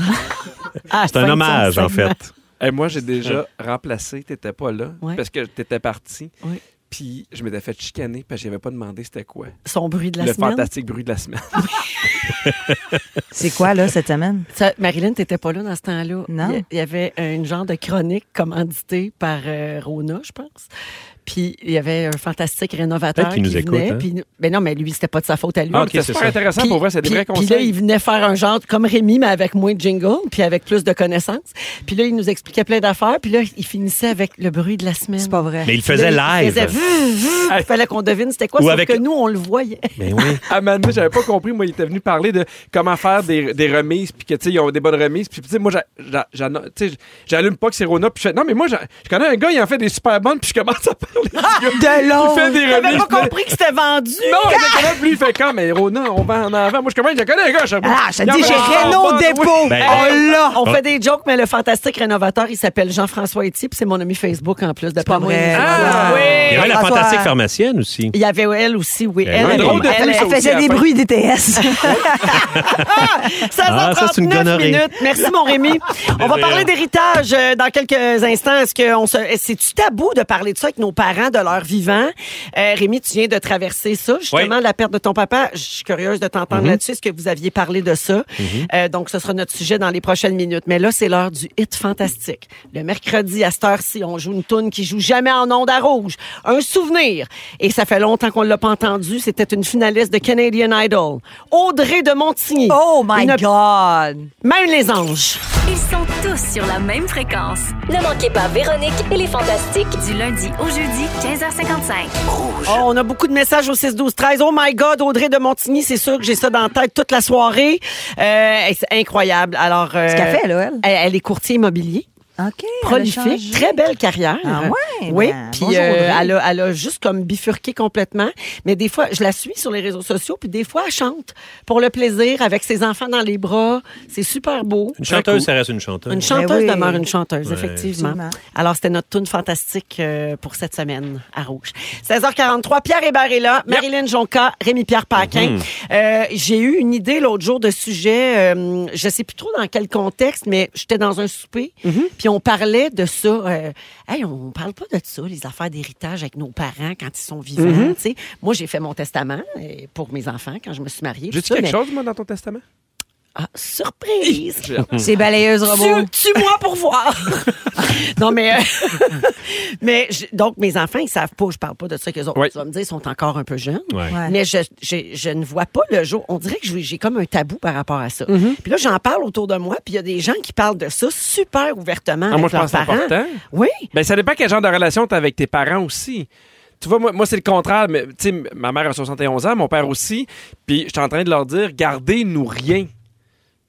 Ah, C'est un hommage, en fait. Et moi, j'ai déjà remplacé, t'étais pas là, Euh. Ouais. parce que t'étais parti. Ouais. Puis je m'étais fait chicaner parce que j'avais pas demandé c'était quoi. Son bruit de la le semaine. Ah, fantastique bruit de la semaine. C'est quoi, là, cette semaine? Ça, Marilyn, t'étais pas là dans ce temps-là. Non. Il y- Il y avait une genre de chronique commanditée par euh, Rona, je pense. Puis il y avait un fantastique rénovateur Peut-être qu'il qui nous venait, écoute, hein. puis- mais non, mais lui, c'était pas de sa faute à lui. Ah, ok, C'était c'est super ça. intéressant Puis- pour vrai, c'est des puis- vrais Puis là, conseils. il venait faire un genre comme Rémi, mais avec moins de jingle, puis avec plus de connaissances. Puis là, il nous expliquait plein d'affaires. Puis là, il finissait avec le bruit de la semaine. C'est pas vrai. Mais il le faisait Là, il faisait live. vuh, vuh, puis fallait qu'on devine c'était quoi, Ou sauf avec- que nous, on le voyait. Mais oui. À un moment donné, j'avais pas compris. Ah, Moi, il était venu parler de comment faire des, des remises, puis que, tu sais, ils ont des bonnes remises. Puis, tu sais, moi, j'a- j'a- j'en- tu sais, j'allume pas que c'est Rona, puis je fais, non, mais moi, j'a- je connais un gars, il en fait des super bonnes, puis je commence à parler. Ah, De l'eau. Il fait des J'avais remises. pas compris que c'était vendu. Non, exactement. Puis lui, il fait quand? Mais Rona, on va en avant. Moi, je connais, je connais un gars. je- Ah, je Il en te dis, fait j'ai des Renault bonnes, Dépôt. Ben, oh là! On fait des jokes, mais le fantastique rénovateur, il s'appelle Jean-François Etier, puis c'est mon ami Facebook en plus. de pas vrai. Ah, Il y oui. avait la François- fantastique pharmacienne aussi. Il y avait elle aussi, oui. Ben Elle, oui. elle, Drôle de elle, fille, elle, Elle aussi, à faisait la des fin. bruits DTS. Ah, ça, c'est une 16h39 gonorrhée. minutes. Merci, mon Rémi. On va Voyons. parler d'héritage euh, dans quelques instants. Est-ce que on se... est-ce- c'est-tu tabou de parler de ça avec nos parents de leur vivant? Euh, Rémi, tu viens de traverser ça, justement, la perte de ton papa. Je suis curieuse de t'entendre là-dessus. Est-ce que vous aviez parlé de ça? Euh, donc, ce sera notre sujet dans les prochaines minutes. Mais là, c'est l'heure du hit fantastique. Le mercredi, à cette heure-ci, on joue une toune qui joue jamais en onde à rouge. Un souvenir. Et ça fait longtemps qu'on l'a pas entendu. C'était une finaliste de Canadian Idol. Audrey de Montigny. Oh my Une God! même les anges. Ils sont tous sur la même fréquence. Ne manquez pas Véronique et les Fantastiques. Du lundi au jeudi, 15h55. Oh, on a beaucoup de messages au 6 12 13. Oh my God, Audrey de Montigny, c'est sûr que j'ai ça dans la tête toute la soirée. Euh, c'est incroyable. Alors, euh, Ce qu'elle fait, là, elle. elle, elle est courtier immobilier. OK. prolifique, très belle carrière. Ah ouais, oui, ben, puis bonjour, euh, Audrey. elle, a, elle a juste comme bifurqué complètement. Mais des fois, je la suis sur les réseaux sociaux, puis des fois, elle chante pour le plaisir avec ses enfants dans les bras. C'est super beau. Une chanteuse, ça reste une chanteuse. Une chanteuse Ben oui. demeure une chanteuse, effectivement. Absolument. Alors, c'était notre tune fantastique euh, pour cette semaine à Rouge. 16h43, Pierre Hébert est là, Marilyn Jonca, Rémi-Pierre Paquin. Mm-hmm. Euh, J'ai eu une idée l'autre jour de sujet, euh, je sais plus trop dans quel contexte, mais j'étais dans un souper, Mm-hmm. puis on parlait de ça. euh, hey, on parle pas de ça, les affaires d'héritage avec nos parents quand ils sont vivants. Mm-hmm. tu sais. Moi, j'ai fait mon testament euh, pour mes enfants quand je me suis mariée. J'ai-tu tout ça, quelque mais- chose, moi, dans ton testament? Ah, surprise! C'est balayeuse robot. Tu, moi pour voir. Ah non, mais. euh, mais je- donc, mes enfants, ils savent pas, je parle pas de ça qu'ils ont. Oui. Tu vas me dire, ils sont encore un peu jeunes. Ouais. Ouais. Mais je, je, je ne vois pas le jour. On dirait que j'ai j'ai comme un tabou par rapport à ça. Puis là, j'en parle autour de moi, puis il y a des gens qui parlent de ça super ouvertement. Ah, moi, avec je pense que c'est leurs parents. important. Oui. Ben, ça dépend quel genre de relation tu as avec tes parents aussi. Tu vois, moi, moi c'est le contraire. Mais, tu sais, m- ma mère a 71 ans, mon père aussi. Puis, je suis en train de leur dire, gardez-nous rien.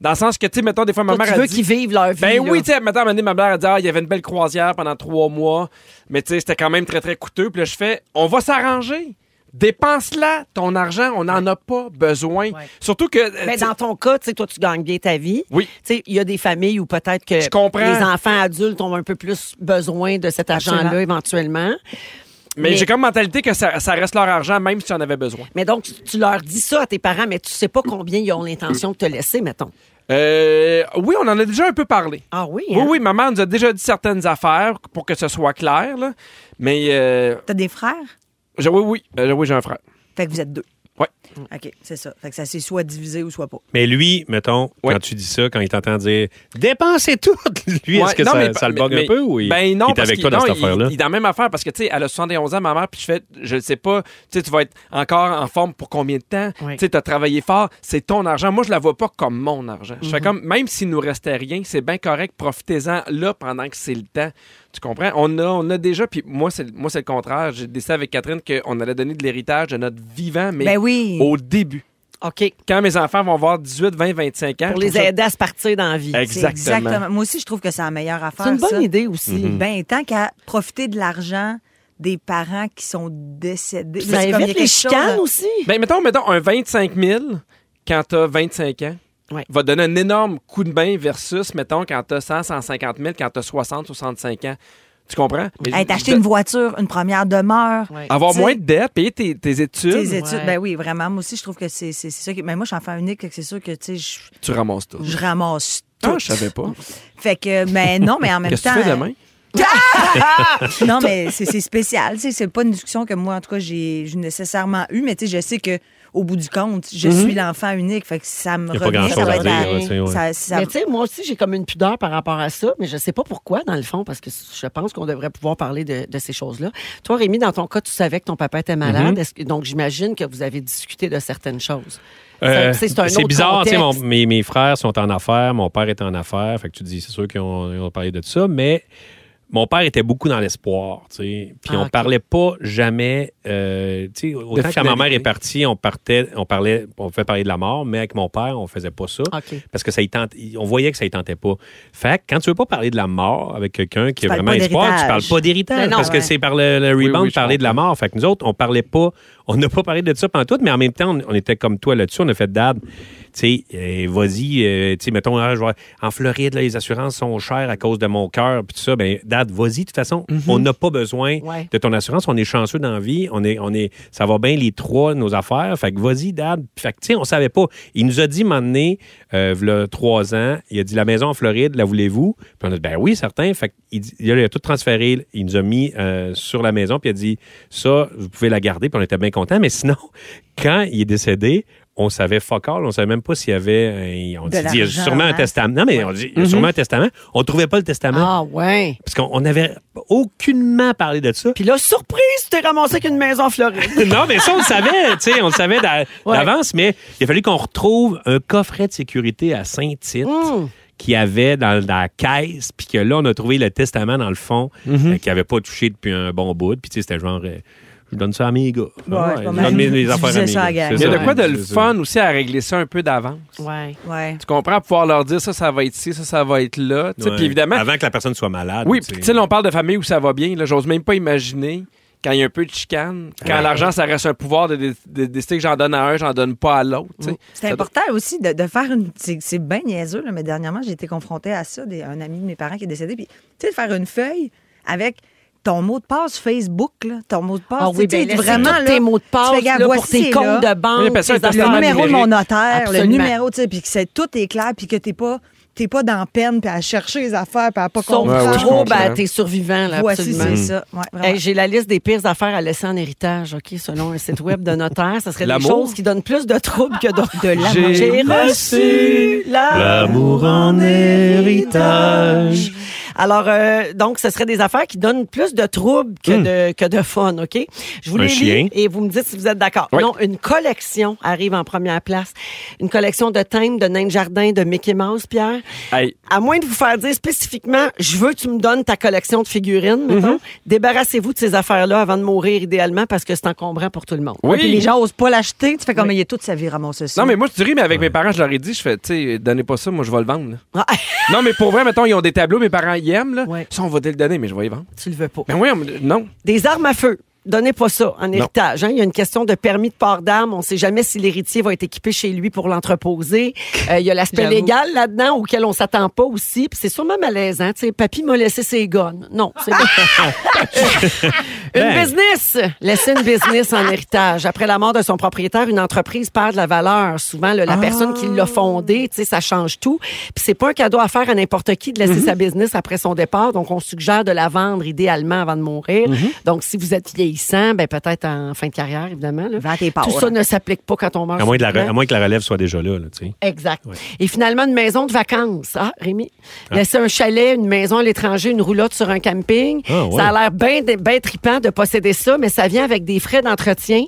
Dans le sens que, tu sais, mettons, des fois, ma Toi, mère tu a veux dit- qu'ils vivent leur vie. Ben là. oui, tu sais, mettons, à un moment donné, ma mère a dit, ah, il y avait une belle croisière pendant trois mois, mais tu sais, c'était quand même très, très coûteux. Puis là, je fais, on va s'arranger. Dépense-la, ton argent, on n'en a pas besoin. Ouais. Surtout que. euh, Mais tu sais, Ben, dans ton cas, tu sais, toi, tu gagnes bien ta vie. Oui. Tu sais, il y a des familles où peut-être que Je comprends. les enfants adultes ont un peu plus besoin de cet argent-là Absolument. éventuellement. mais mais- j'ai comme mentalité que ça, ça reste leur argent, même si tu en avais besoin. Mais donc, tu- tu leur dis ça à tes parents, mais tu sais pas combien ils ont l'intention de te laisser, mettons. Euh, oui, on en a déjà un peu parlé. Ah oui? Oui, oui, maman nous a déjà dit certaines affaires pour que ce soit clair, là. Mais euh, T'as des frères? je- oui, oui, euh, oui, j'ai un frère. Fait que vous êtes deux. Ouais. OK, c'est ça. Fait que ça s'est soit divisé ou soit pas. Mais lui, mettons, Ouais. quand tu dis ça, quand il t'entend dire dépensez tout, lui, Ouais, est-ce que non, ça, mais- ça le bug mais- un peu ou il, ben non, il est parce avec toi qu'il- dans non, cette il- affaire-là? Il, est dans la même affaire parce que, tu sais, elle a 71 ans, ma mère, puis je fais, je ne sais pas, tu sais, tu vas être encore en forme pour combien de temps? Oui. Tu sais, tu as travaillé fort, c'est ton argent. Moi, je la vois pas comme mon argent. Je fais comme, même s'il nous restait rien, c'est bien correct, profitez-en là pendant que c'est le temps. Tu comprends? On a, on a déjà, puis moi, c'est moi, c'est le contraire. J'ai décidé avec Catherine qu'on allait donner de l'héritage de notre vivant, mais oh, Ben oui. au début. OK. Quand mes enfants vont avoir 18, 20, 25 ans. Hein, Pour je trouve les ça- aider à se partir dans la vie. Ex- C'est Exactement. Mm. Moi aussi, je trouve que c'est la meilleure affaire. C'est une bonne ça. idée aussi. Mhm. Ben, tant qu'à profiter de l'argent des parents qui sont décédés. Ben, Ça C'est comme, il y a évite les quelque chose chicanes de- aussi. Ben, mettons, mettons, un 25 000 quand t'as 25 ans Ouais. va te donner un énorme coup de bain versus, mettons, quand t'as 100, 150 000, quand t'as 60, 65 ans. Tu comprends? Mais Hey, je- t'as acheté de- une voiture, une première demeure. Ouais. Avoir t'sais- moins de dettes, payer tes, tes études, Tes études, Ouais. ben oui, vraiment. Moi aussi, je trouve que c'est c'est- c'est ça. Qui... Mais moi, je suis enfant unique, fait que c'est sûr que tu sais, je- tu ramasses tout. je ramasse tout. Ah, je savais pas. Fait que, mais non, mais en même Qu'est-ce que temps. tu fais demain? Non, mais c'est c'est spécial. tu sais, C'est pas une discussion que moi, en tout cas, j'ai j'ai nécessairement eue, mais tu sais, je sais que au bout du compte, je suis l'enfant unique. Fait que ça me Il n'y Mhm. a pas revient, ça grand-chose va à être dire. tu sais, ouais. ça- ça- Mais Ben, tu sais, moi aussi, j'ai comme une pudeur par rapport à ça, mais je sais pas pourquoi, dans le fond, parce que je pense qu'on devrait pouvoir parler de, de ces choses-là. Toi, Rémi, dans ton cas, tu savais que ton papa était Mhm. malade, Est-ce que- donc j'imagine que vous avez discuté de certaines choses. Euh, C'est- c'est un c'est autre bizarre, tu sais, mon- contexte. mes, mes frères sont en affaires, mon père est en affaires, fait que tu te dis, c'est sûr qu'ils ont, ils ont parlé de ça, mais mon père était beaucoup dans l'espoir, tu sais, puis Ah, on ok. parlait pas jamais, euh, tu sais, autant que ma finalité. mère est partie, on partait, on parlait, on fait parler de la mort, mais avec mon père, on faisait pas ça, OK. parce que ça y tente- on voyait que ça y tentait pas. Fait que quand tu veux pas parler de la mort avec quelqu'un qui a parles vraiment pas espoir, tu d'héritage. parles pas d'héritage, Mais non, parce ouais. que c'est par le, le rebound oui, je parler de la mort, fait que nous autres, on parlait pas, on n'a pas parlé de ça pendant tout, mais en même temps, on, on était comme toi là-dessus, on a fait dad, tu sais, euh, vas-y, euh, tu sais, mettons, ah, je vois, en Floride, là, les assurances sont chères à cause de mon cœur, puis tout ça, ben dad, vas-y, de toute façon, on n'a pas besoin Ouais. de ton assurance, on est chanceux dans la vie, on est, on est, ça va bien les trois, nos affaires, fait que vas-y, dad, fait que tu sais, on savait pas. Il nous a dit, m'emmener, euh, v'là trois ans, il a dit, la maison en Floride, la voulez-vous? Puis on a dit, ben oui, certain, fait qu'il dit- il, a- il a tout transféré, il nous a mis euh, sur la maison, puis il a dit, ça, vous pouvez la garder, puis on était bien contents, mais sinon, quand il est décédé, on savait fuck all, on savait même pas s'il y avait, euh, on De s'est dit, il y a l'argent, sûrement un hein? Mm-hmm. testament, non, mais on dit, il y a sûrement un testament, on trouvait pas le testament. Ah ouais. Parce qu'on on n'avait aucunement parlé de ça. Puis là, surprise, tu t'es ramassé avec une maison en Floride. non, mais ça, on le savait, tu sais, on le savait d'a- Ouais. d'avance, mais il a fallu qu'on retrouve un coffret de sécurité à Saint-Tite Mmh. Mm. qu'il y avait dans, dans la caisse, puis Mmh. que là, on a trouvé le testament dans le fond, euh, qu'il n'avait pas touché depuis un bon bout, puis tu sais, c'était genre... euh, Je donne ça à mes gars. pas je mal. donne mes, mes Diviser affaires à ça mes à la gars. gang. C'est Il y a ça. de quoi de le C'est ça. fun aussi à régler ça un peu d'avance. Ouais. Ouais. Tu comprends? Pouvoir leur dire ça, ça va être ci, ça, ça va être là. Tu sais, Ouais. Puis évidemment, Avant que la personne soit malade. Oui, tu puis sais. tu sais, là, on parle de famille où ça va bien. Là, j'ose même pas imaginer quand il y a un peu de chicane, quand l'argent, ça reste un pouvoir de, dé- de décider que j'en donne à un, j'en donne pas à l'autre. tu sais. C'est Ça important aussi de, de faire une. C'est c'est bien niaiseux, là, mais dernièrement, j'ai été confrontée à ça, des- un ami de mes parents qui est décédé. Puis, tu sais, de faire une feuille avec ton mot de passe Facebook, là, ton mot de passe. Ah tu oui, sais, ben, tu sais, vraiment, tous tes mots de tu fais, passe regarde, là, pour voici, tes là, comptes de Oui, banque, parce que tes ça, affaires le le numéro de mon numérique. notaire, le Absolument. numéro, tu sais, puis que c'est- tout est clair, puis que t'es pas, t'es pas dans peine, puis à chercher les affaires, puis à pas Sauf Ouais, ouais, je trop, comprends. comprendre. Oh, ben, t'es survivant, là, Voici, absolument. c'est ça. Ouais, vraiment. Hey, J'ai la liste des pires affaires à laisser en héritage, OK, selon un site web de notaire. Ça serait des L'amour. choses qui donnent plus de troubles que d'autres. De l'amour. J'ai reçu l'amour en héritage. Alors, euh, donc, ce serait des affaires qui donnent plus de troubles que, Hmm. de, que de fun, OK? Je vous Un les lis chien. et vous me dites si vous êtes d'accord. Oui. Non, une collection arrive en première place. Une collection de thèmes de nains de jardin de Mickey Mouse, Pierre. Hey. À moins de vous faire dire spécifiquement, je veux que tu me donnes ta collection de figurines, Mhm. mettons, débarrassez-vous de ces affaires-là avant de mourir idéalement parce que c'est encombrant pour tout le monde. Puis Oui. les gens osent pas l'acheter, tu fais comme il est toute sa vie ramasser ça. Non, mais moi, je dirais, mais avec mes parents, je leur ai dit, je fais, tu sais, donnez pas ça, moi, je vais le vendre. là. Ah, non, mais pour vrai, mettons, ils ont des tableaux, mes parents, ils aiment, là. Ouais. Ça, on va te le donner, mais je vais y vendre. tu le veux pas. Ben oui, on me- non. Des armes à feu. Donnez pas ça en héritage. hein. Il y a une question de permis de port d'armes. On ne sait jamais si l'héritier va être équipé chez lui pour l'entreposer. Euh, il y a l'aspect J'avoue. légal là-dedans auquel on s'attend pas aussi. Puis c'est sûrement malaisant. tu sais, Papy m'a laissé ses guns. Non, c'est pas- Une Ben. business. Laisser une business en héritage. Après la mort de son propriétaire, une entreprise perd de la valeur. Souvent, le- la personne qui Ah. l'a fondée, tu sais, ça change tout. Puis c'est pas un cadeau à faire à n'importe qui de laisser Mm-hmm. sa business après son départ. Donc, on suggère de la vendre idéalement avant de mourir. Mm-hmm. Donc, si vous êtes vieillissant, ben peut-être en fin de carrière, évidemment. là. Vends tes parts. Tout ça ne s'applique pas quand on meurt. À moins, de la re- subitement. à moins que la relève soit déjà là. là, tu sais. Exact. Et finalement, une maison de vacances. Ah, Rémi, laisser un chalet, une maison à l'étranger, une roulotte sur un camping. Ah, ouais. Ça a l'air bien ben tripant de posséder ça, mais ça vient avec des frais d'entretien.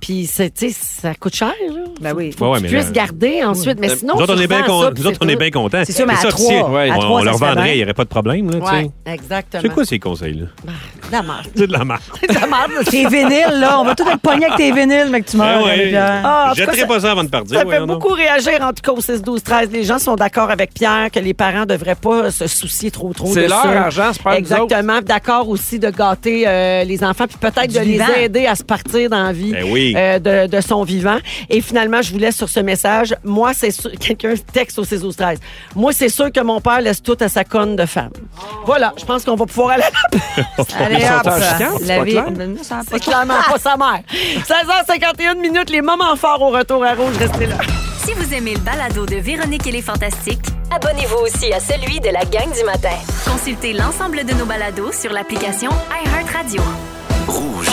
Puis, c'est- tu sais, ça coûte cher. Là. Ben oui. Faut Ouais, que ouais, tu mais puisses là- garder ensuite. Mais Euh, sinon, nous autres, tu on est bien, revends con- ça, puis nous autres, c'est on est tout. bien contents. C'est sûr, mais à ça, trois, si- à ouais, on- trois, on ça leur se fait bien. vendrait, il n'y aurait pas de problème. là, tu sais. Ouais, exactement. C'est quoi ces conseils-là? De la merde. C'est de la marque. De la merde. Tes vinyles, là, on va tout être pognés avec tes vinyles, mec, tu meurs. Ben Rémi Pierre. Ah, en tout cas, Ben Jetterai ça- pas ça avant de partir. Ça fait voyons donc. beaucoup réagir, en tout cas, au 6, 12, 13. Les gens sont d'accord avec Pierre que les parents devraient pas se soucier trop, trop de ça. C'est leur argent, c'est pas nous Exactement. D'accord aussi de gâter euh, les enfants, puis peut-être Du de vivant. les aider à se partir dans la vie Ben oui. euh, de, de son vivant. Et finalement, je vous laisse sur ce message. Moi, c'est sûr... Quelqu'un texte au 6, 12, 13. Moi, c'est sûr que mon père laisse tout à sa conne de femme. Voilà, je pense qu'on va pouvoir aller à la Allez, Ils sont hop, en ça. chicane, c'est La pas vie- clair? Ben, ça a pas C'est clairement pas sa mère. 16h51 minutes, les moments forts au retour à Rouge. Restez là. Si vous aimez le balado de Véronique et les Fantastiques, Abonnez-vous aussi à celui de la gang du matin. consultez l'ensemble de nos balados sur l'application iHeartRadio. Rouge.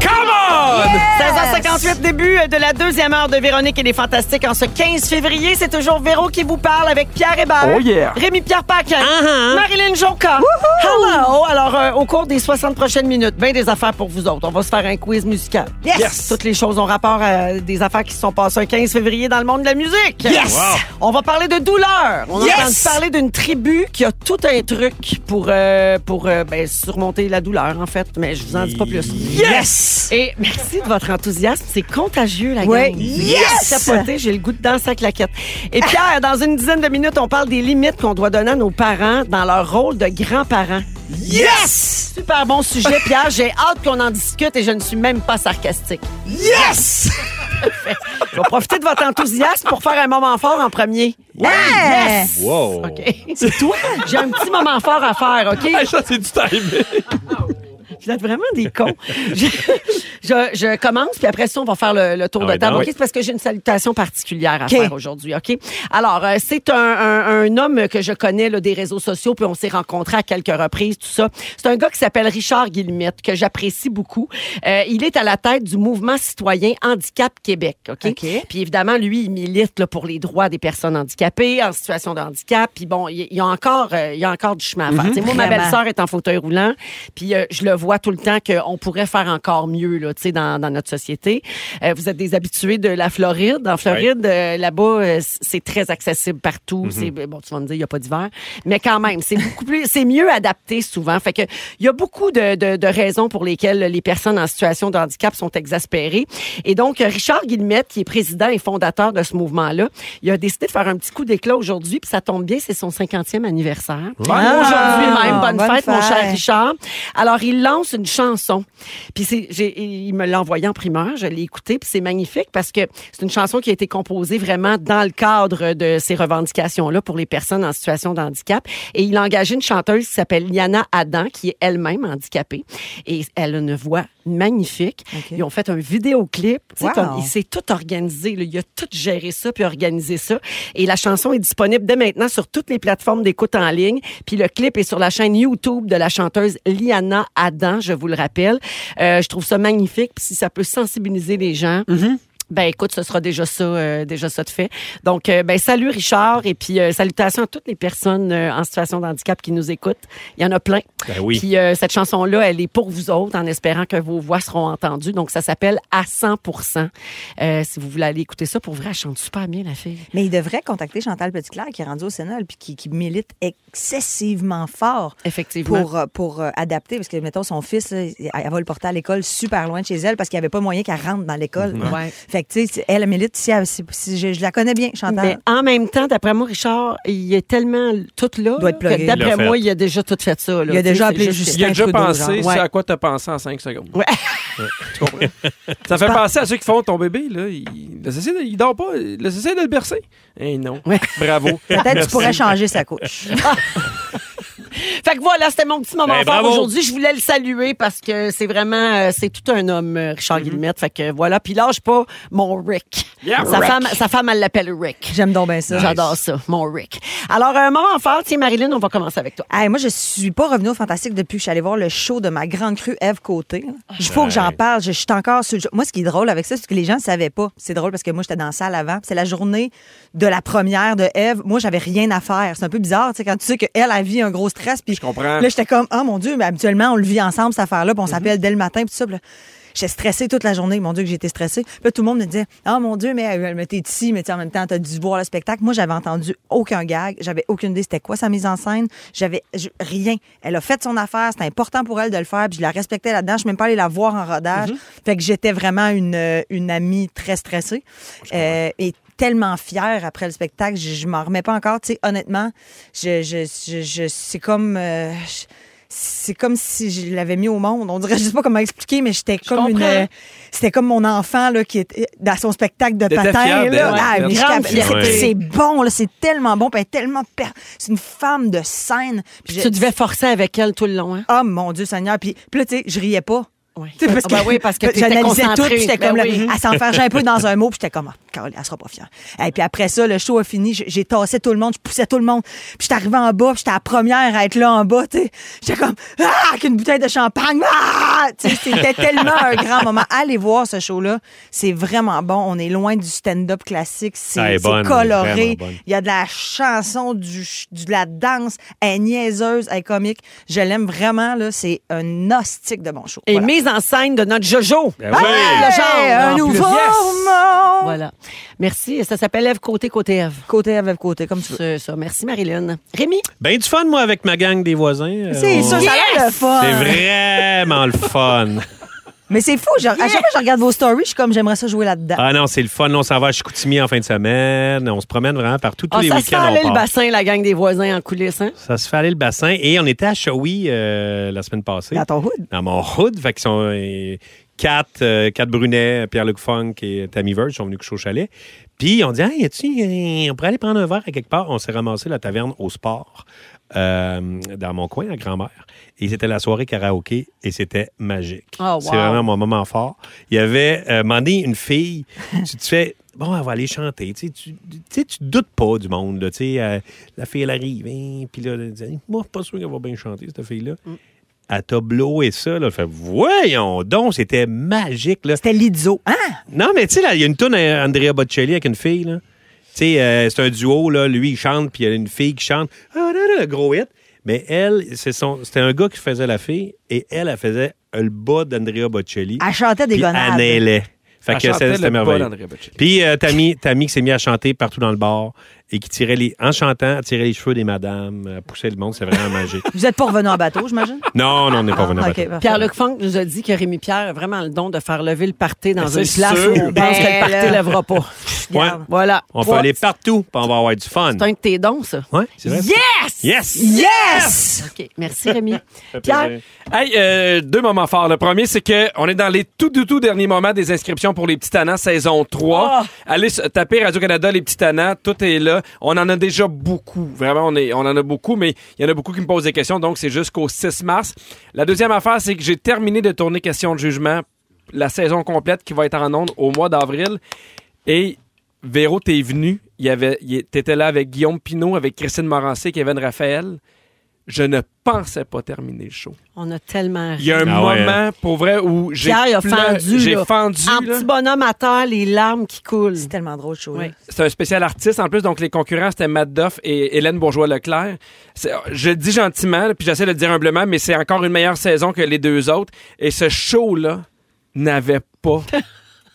Come on! 16h58, début de la deuxième heure de Véronique et les Fantastiques en ce 15 février. C'est toujours Véro qui vous parle avec Pierre Hébert, Oh yeah. Rémi-Pierre Paquin, Ah, hein. Marilyn Jonca. Hello! Alors, euh, au cours des 60 prochaines minutes, bien des affaires pour vous autres. On va se faire un quiz musical. Yes! Toutes les choses ont rapport à des affaires qui se sont passées un 15 février dans le monde de la musique. Yes! Wow. On va parler de douleur. On a entendu parler d'une tribu qui a tout un truc pour, euh, pour euh, ben, surmonter la douleur, en fait. Mais je vous en dis pas plus. Yes! Et merci de votre enthousiasme. C'est contagieux, la Ouais. gang. Yes! Capoté, j'ai le goût de danser avec la claquette. Et Pierre, dans une dizaine de minutes, on parle des limites qu'on doit donner à nos parents dans leur rôle de grands-parents. Yes! Super bon sujet, Pierre. J'ai hâte qu'on en discute et je ne suis même pas sarcastique. Yes! Je vais profiter de votre enthousiasme pour faire un moment fort en premier. Yes! Wow. C'est toi? J'ai un petit moment fort à faire, OK? Hey, ça, c'est du timing. Vous êtes vraiment des cons. J'ai- Je, je commence, puis après ça, on va faire le, le tour Ah de ouais, table. donc. OK? C'est parce que j'ai une salutation particulière à OK. faire aujourd'hui. OK? Alors, euh, c'est un, un- un homme que je connais là, des réseaux sociaux, puis on s'est rencontrés à quelques reprises, tout ça. C'est un gars qui s'appelle Richard Guillemette, que j'apprécie beaucoup. Euh, il est à la tête du mouvement citoyen Handicap Québec. OK? OK. Puis évidemment, lui, il milite là, pour les droits des personnes handicapées, en situation de handicap. Puis bon, il il y a encore, euh, il y a encore du chemin à faire. Tu sais, Moi, ma Mhm. Vraiment. belle-sœur est en fauteuil roulant. Puis euh, je le vois tout le temps qu'on pourrait faire encore mieux là, tu sais, dans, dans notre société. Euh, vous êtes des habitués de la Floride. En Floride, euh, là-bas, euh, c- c'est très accessible partout. C'est bon, tu vas me dire, il n'y a pas d'hiver, mais quand même, c'est beaucoup plus, c'est mieux adapté souvent. Fait que il y a beaucoup de, de- de raisons pour lesquelles les personnes en situation de handicap sont exaspérées. Et donc, euh, Richard Guillemette, qui est président et fondateur de ce mouvement-là, il a décidé de faire un petit coup d'éclat aujourd'hui, puis ça tombe bien, c'est son 50e anniversaire. Aujourd'hui même, bonne, Ah, bonne fête, mon cher fête. Richard. Alors, il lance une chanson. Puis c'est- j'ai- il me l'a envoyé en primeur, je l'ai écoutée, puis c'est magnifique parce que c'est une chanson qui a été composée vraiment dans le cadre de ces revendications-là pour les personnes en situation de handicap. Et il a engagé une chanteuse qui s'appelle Liana Adam, qui est elle-même handicapée. Et elle a une voix magnifique. OK. Ils ont fait un vidéoclip. Tu sais, Wow. comme, il s'est tout organisé. là. Il a tout géré ça, puis organisé ça. Et la chanson est disponible dès maintenant sur toutes les plateformes d'écoute en ligne. Puis le clip est sur la chaîne YouTube de la chanteuse Liana Adam, je vous le rappelle. Euh, je trouve ça magnifique. Puis si ça peut sensibiliser les gens... Mm-hmm. Ben écoute, ce sera déjà ça, euh, déjà ça de fait. Donc, euh, ben salut Richard et puis euh, salutations à toutes les personnes euh, en situation de handicap qui nous écoutent. Il y en a plein. Ben oui. Puis euh, cette chanson-là, elle est pour vous autres, en espérant que vos voix seront entendues. Donc, ça s'appelle À 100 Euh, Si vous voulez aller écouter ça, pour vrai, elle chante super bien, la fille. Mais il devrait contacter Chantal Petitclerc, qui est rendue au Sénat, puis qui, qui milite excessivement fort Effectivement. pour, euh, pour euh, adapter. Parce que, mettons, son fils, là, il- elle va le porter à l'école super loin de chez elle parce qu'il n'y avait pas moyen qu'elle rentre dans l'école. Ouais. Fait que, tu sais, elle elle milite. Si, elle- si- si- je, je la connais bien, Chantal. Mais en même temps, d'après moi, Richard, il est tellement tout là, Doit là, être plugué. que Il d'après l'a fait. moi, il a déjà tout fait ça. Il là. a Tu sais, déjà c'est appelé juste- Justin. Il a déjà Trudeau, pensé genre. ce Ouais. à quoi tu as pensé en 5 secondes. Ouais. Tu comprends? Ça fait penser à ceux qui font ton bébé. Là. Il... Le Cécile, il dort pas. Le Cécile de le bercer. Eh non. Ouais. Bravo. Peut-être tu pourrais changer sa couche. Fait que voilà, c'était mon petit moment Ben, fort bravo. aujourd'hui. Je voulais le saluer parce que c'est vraiment, euh, c'est tout un homme, euh, Mm-hmm. Richard Guillemette. Fait que voilà, puis lâche pas mon Rick. Yeah, sa, Rick. Femme, sa femme, elle l'appelle Rick. J'aime donc bien ça. J'adore ça, mon Rick. Alors, un moment fort, tiens, Marilyn, on va commencer avec toi. Hey, moi, je suis pas revenue au Fantastique depuis que je suis allée voir le show de ma grande crue Eve Côté. Il faut que j'en parle. Je, je suis encore sur le show. Moi, ce qui est drôle avec ça, c'est que les gens ne savaient pas. C'est drôle parce que moi, j'étais dans la salle avant. C'est la journée de la première de Eve. Moi, j'avais rien à faire. C'est un peu bizarre, tu sais, quand tu sais qu'elle, elle vit un gros stress. Puis Je comprends. Là, j'étais comme, oh mon Dieu, mais habituellement, on le vit ensemble, cette affaire-là, puis on s'appelle dès le matin, puis tout ça. Puis là, J'étais stressée toute la journée, mon Dieu, que j'étais stressée. Puis là, tout le monde me disait, oh mon Dieu, mais, euh, mais t'es ici, mais tu sais, en même temps, t'as dû voir le spectacle. Moi, j'avais entendu aucun gag, j'avais aucune idée c'était quoi sa mise en scène, j'avais je- rien. Elle a fait son affaire, c'était important pour elle de le faire, puis je la respectais là-dedans, je suis même pas allée la voir en rodage. Fait que j'étais vraiment une, euh, une amie très stressée. Euh, et tellement fière après le spectacle, je, je m'en remets pas encore. Tu sais, honnêtement, je, je, je, je- c'est comme. euh, je- c'est comme si je l'avais mis au monde. On dirait, je sais pas comment expliquer, mais j'étais comme une. comprends. euh, C'était comme mon enfant là, qui était dans son spectacle de T'étais patin. fière d'elle, là. ouais. Ah, Une puis grande je capte- fierté. C'est bon, là, c'est tellement bon. puis elle est tellement per- C'est une femme de scène. Puis je- Tu devais forcer avec elle tout le long, hein? Oh mon Dieu Seigneur. Puis, puis là, tu sais, je riais pas. Oui. Tu sais, Parce que, Ah ben oui, parce que t'étais j'analysais tout, concentrée. puis j'étais Ben comme Mhm. là, oui. à s'enfarger un peu dans un mot, puis j'étais comme, ah, Caroline, elle sera pas fière. Et puis après ça, le show a fini, j- j'ai tassé tout le monde, je poussais tout le monde, puis j'étais arrivée en bas, puis j'étais la première à être là en bas, tu sais. J'étais comme, ah, avec une bouteille de champagne, ah! Tu sais, c'était tellement un grand moment. Allez voir ce show-là, c'est vraiment bon, on est loin du stand-up classique, Ah, elle c'est est c'est bonne, elle est coloré, vraiment bonne. il y a de la chanson, du, ch- du- de la danse, elle est niaiseuse, elle est comique, je l'aime vraiment, là, c'est un hostique de bon show. Et Voilà. Ben mise en scène de notre Jojo. Ben oui. Ah! le genre, un en nouveau plus. monde. Voilà. Merci. Ça s'appelle Ève Côté, Côté Ève. Côté avec côté, comme tu veux. C'est ça. Merci, Marilyn. Rémi? Ben du fun, moi, avec ma gang des voisins. Euh, C'est on- ça, ça a l'air le fun. C'est vraiment le fun. Mais c'est fou. genre, À chaque fois que je regarde vos stories, je suis comme, j'aimerais ça jouer là-dedans. Ah non, c'est le fun. On s'en va à Chicoutimi en fin de semaine. On se promène vraiment partout. Tous Ah, les ça se fait week-ends, aller on le part. bassin, la gang des voisins en coulisses, hein? Ça se fait aller le bassin. Et on était à Shawi euh, la semaine passée. Dans ton hood. Dans mon hood. Fait qu'ils sont euh, Kat, euh, Kat Brunet, Pierre-Luc Funk et Tammy Verge sont venus coucher au chalet. Puis on dit, hey, y a-tu, euh, on pourrait aller prendre un verre à quelque part. On s'est ramassé la taverne au sport euh, dans mon coin, à grand-mère. Et c'était la soirée karaoké et c'était magique. Oh, wow. C'est vraiment mon moment fort. Il y avait, euh, Mandé, une fille, tu te fais, bon, elle va aller chanter. Tu sais, tu, tu sais, tu doutes pas du monde. Là, tu sais, euh, la fille, elle arrive. hein, puis là, elle dit, moi, pas sûr qu'elle va bien chanter, cette fille-là. À tableau et ça, là, fait, voyons donc, c'était magique. Là. C'était l'idiot. Hein? Non, mais tu sais, là, il y a une toune à Andrea Bocelli avec une fille, là. Tu sais, euh, c'est un duo, là. Lui, il chante, puis il y a une fille qui chante. Ah, là, là, le gros hit. Mais elle, c'est son- c'était un gars qui faisait la fille, et elle, elle faisait le bas d'Andrea Bocelli. Elle chantait des puis gonades. elle nailait. Fait Elle que chantait ça, le c'était bas merveilleux. d'Andrea Bocelli. Puis euh, Tammy, Tammy qui s'est mis à chanter partout dans le bar et qui tirait les. En chantant, elle tirait les cheveux des madames, elle poussait le monde, c'est vraiment magique. Vous êtes pas revenu en bateau, j'imagine? Non, non, on n'est pas venu à Ah, bateau. ok, parfait. Pierre-Luc Funk nous a dit que Rémi Pierre a vraiment le don de faire lever le party dans C'est une place sûr. où on pense que le party Ben, ne là. lèvera pas. Ouais. Voilà. On peut Trois- aller partout, puis on va avoir du fun. C'est un de tes dons, ça. Ouais, c'est vrai. Yes! Yes! Yes! OK. Merci, Rémi. Pierre, Hey, euh, deux moments forts. Le premier, c'est que on est dans les tout, tout, tout derniers moments des inscriptions pour les petits tannants saison 3. Allez se- taper Radio-Canada, les petits tannants, tout est là. On en a déjà beaucoup. Vraiment, on, est, on en a beaucoup, mais il y en a beaucoup qui me posent des questions, donc c'est jusqu'au 6 mars. La deuxième affaire, c'est que j'ai terminé de tourner Question de jugement, la saison complète qui va être en ondes au mois d'avril. Et Véro, t'es venu. Il y avait, il- t'étais là avec Guillaume Pinault, avec Christine Morancé, Kevin Raphaël. Je ne pensais pas terminer le show. on a tellement ri. Il y a un Ah moment, ouais, pour vrai, où j'ai Pierre, il a pleuré- fendu. J'ai là. fendu. En là. petit bonhomme à terre, les larmes qui coulent. C'est tellement drôle, chaud. Oui. C'est un spécial artiste en plus, donc les concurrents c'était Matt Duff et Hélène Bourgeois-Leclerc. C'est- Je le dis gentiment, puis j'essaie de le dire humblement, mais c'est encore une meilleure saison que les deux autres. Et ce show-là n'avait pas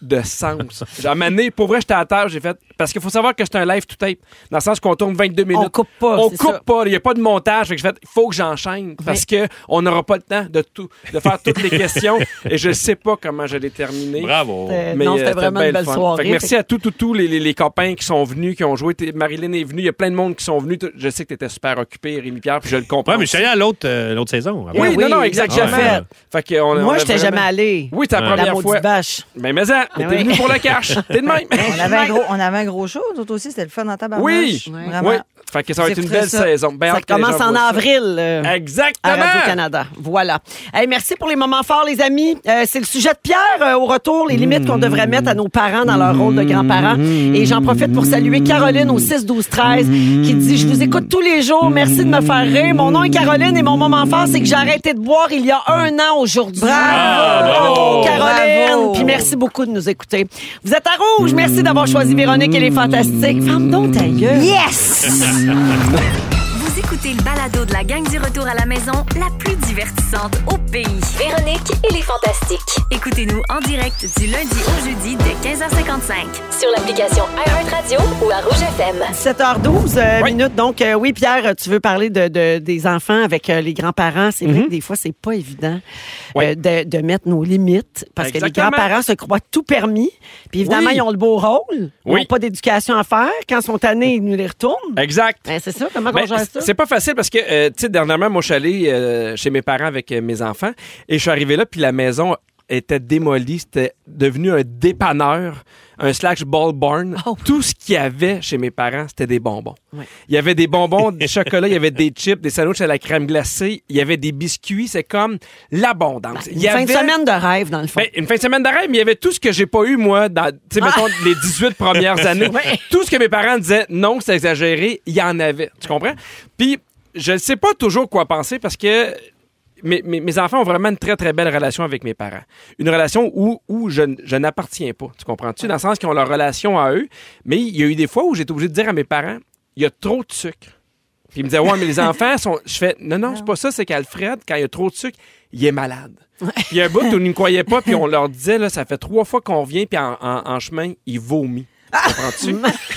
de sens. J'ai amené, pour vrai, j'étais à table, j'ai fait. Parce qu'il faut savoir que c'est un live tout tape, dans le sens qu'on tourne 22 minutes. On coupe pas, On c'est coupe ça. pas, il n'y a pas de montage. Fait que j'ai fait, il faut que j'enchaîne, parce que on n'aura pas le temps de tout, de faire toutes les questions. Et je sais pas comment je l'ai terminé. Bravo! Euh, Mais, non, euh, c'était vraiment bien une belle le fun. soirée. Fait que merci à tous tous, tous les, les- les copains qui sont venus, qui ont joué. T'es- Marilyn est venue, il y a plein de monde qui sont venus. T- Je sais que tu étais super occupé, Rémi-Pierre, puis je le comprends. Ouais, mais je suis allé à l'autre euh, l'autre saison. avant. oui, Ah oui, non, non, oui, exactement. j'ai fait. Fait que on- on Moi, a je n'étais vraiment- jamais allée. Oui, c'est la Ouais. La première maudite fois. bâche. Mais mais ça, t'es oui. venu pour le cash. T'es de même. On avait, un gros, on avait un gros show, nous autres aussi, c'était le fun en tabarnouche. Oui, Vraiment. oui. Fait que ça va Vous être une écouterez belle ça. saison. Ben, Ça hâte que les commence gens en voient ça. avril. euh, à Exactement. Radio-Canada. Voilà. Hey, merci pour les moments forts, les amis. Euh, c'est le sujet de Pierre euh, au retour, les limites qu'on devrait mettre à nos parents dans leur rôle de grands-parents. Et j'en profite pour saluer Caroline au 6-12-13 qui dit Je vous écoute tous les jours, merci de me faire rire. Mon nom est Caroline et mon moment fort, c'est que j'ai arrêté de boire il y a un an aujourd'hui. Bravo! bravo! Caroline! Bravo! Puis merci beaucoup de nous écouter. Vous êtes à rouge, merci d'avoir choisi Véronique et les Fantastiques. Ferme donc ta gueule. Vous écoutez le balado de la gang du retour à la maison, la plus divertissante au pays. Véronique et les Fantastiques. Écoutez-nous en direct du lundi au jeudi dès 15h55. Sur l'application iHeartRadio ou à Rouge FM. 7h12 euh, minutes. Donc, euh, oui, Pierre, euh, tu veux parler de, de- des enfants avec euh, les grands-parents. C'est vrai que des fois, c'est pas évident euh, Ouais. de, de mettre nos limites parce que les Exactement. grands-parents se croient tout permis. Puis évidemment, Oui. ils ont le beau rôle. Ils Oui. n'ont pas d'éducation à faire. Quand ils sont tannés, ils nous les retournent. Exact. Ben, c'est ça, comment on Ben, gère c'est- ça? C'est pas facile parce que, euh, tu sais, dernièrement, moi, je suis allé euh, chez mes parents avec euh, mes enfants et je suis arrivé là, puis la maison était démolie. C'était devenu un dépanneur, un slash ball barn. Tout ce qu'il y avait chez mes parents, c'était des bonbons. Oh. Ouais. Il y avait des bonbons, des chocolats, il y avait des chips, des sandwichs à la crème glacée, il y avait des biscuits. C'est comme l'abondance. Ben, Une Il y fin de avait- semaine de rêve, dans le fond. ben, une fin de semaine d'arrêt, mais il y avait tout ce que j'ai pas eu, moi, dans, tu sais, mettons, les 18 premières années. Tout ce que mes parents disaient, non, c'est exagéré, il y en avait. Tu comprends? Puis, je ne sais pas toujours quoi penser parce que mes, mes, mes enfants ont vraiment une très, très belle relation avec mes parents. Une relation où, où je, n- je n'appartiens pas. Tu comprends-tu? Dans le sens qu'ils ont leur relation à eux. Mais il y a eu des fois où j'étais obligé de dire à mes parents, il y a trop de sucre. Puis ils me disaient, ouais, mais les enfants sont. Je fais, non, non, c'est pas ça, c'est qu'Alfred, quand il y a trop de sucre, il est malade. Il y a un bout où ils ne croyaient pas, puis on leur disait, là, ça fait trois fois qu'on vient, puis en, en- en chemin, il vomit. Comprends-tu?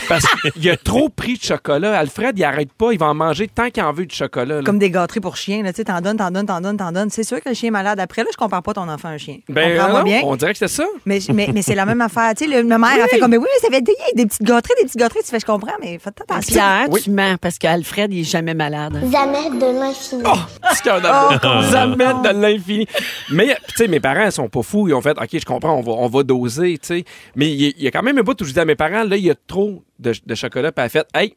Parce qu'il a trop pris de chocolat. Alfred, il arrête pas, il va en manger tant qu'il en veut du chocolat. là. Comme des gâteries pour chiens, là, tu sais, t'en donnes, t'en donnes, t'en donnes, t'en donnes. C'est sûr que le chien est malade. Après, là, je compare pas ton enfant à un chien. Ben, Comprends-moi non, bien. on dirait que c'est ça. Mais, mais, mais c'est la même affaire. Tu sais, le- ma mère, elle fait comme, mais oui, mais ça fait des, des petites gâteries, des petites gâteries. Tu fais, je comprends, mais faites attention. Ah, Pierre, tu mens parce qu'Alfred, il est jamais malade. Jamais de l'infini. Petit cœur d'amour. Jamais de l'infini. Mais, tu sais, mes parents, ils sont pas fous. Ils ont fait, OK, je comprends, on va, on va doser, tu sais. Mais il y, a- il y a quand même un bout où je dis à mes parents, là, il y a trop de, de chocolat, puis elle a fait, hey, tu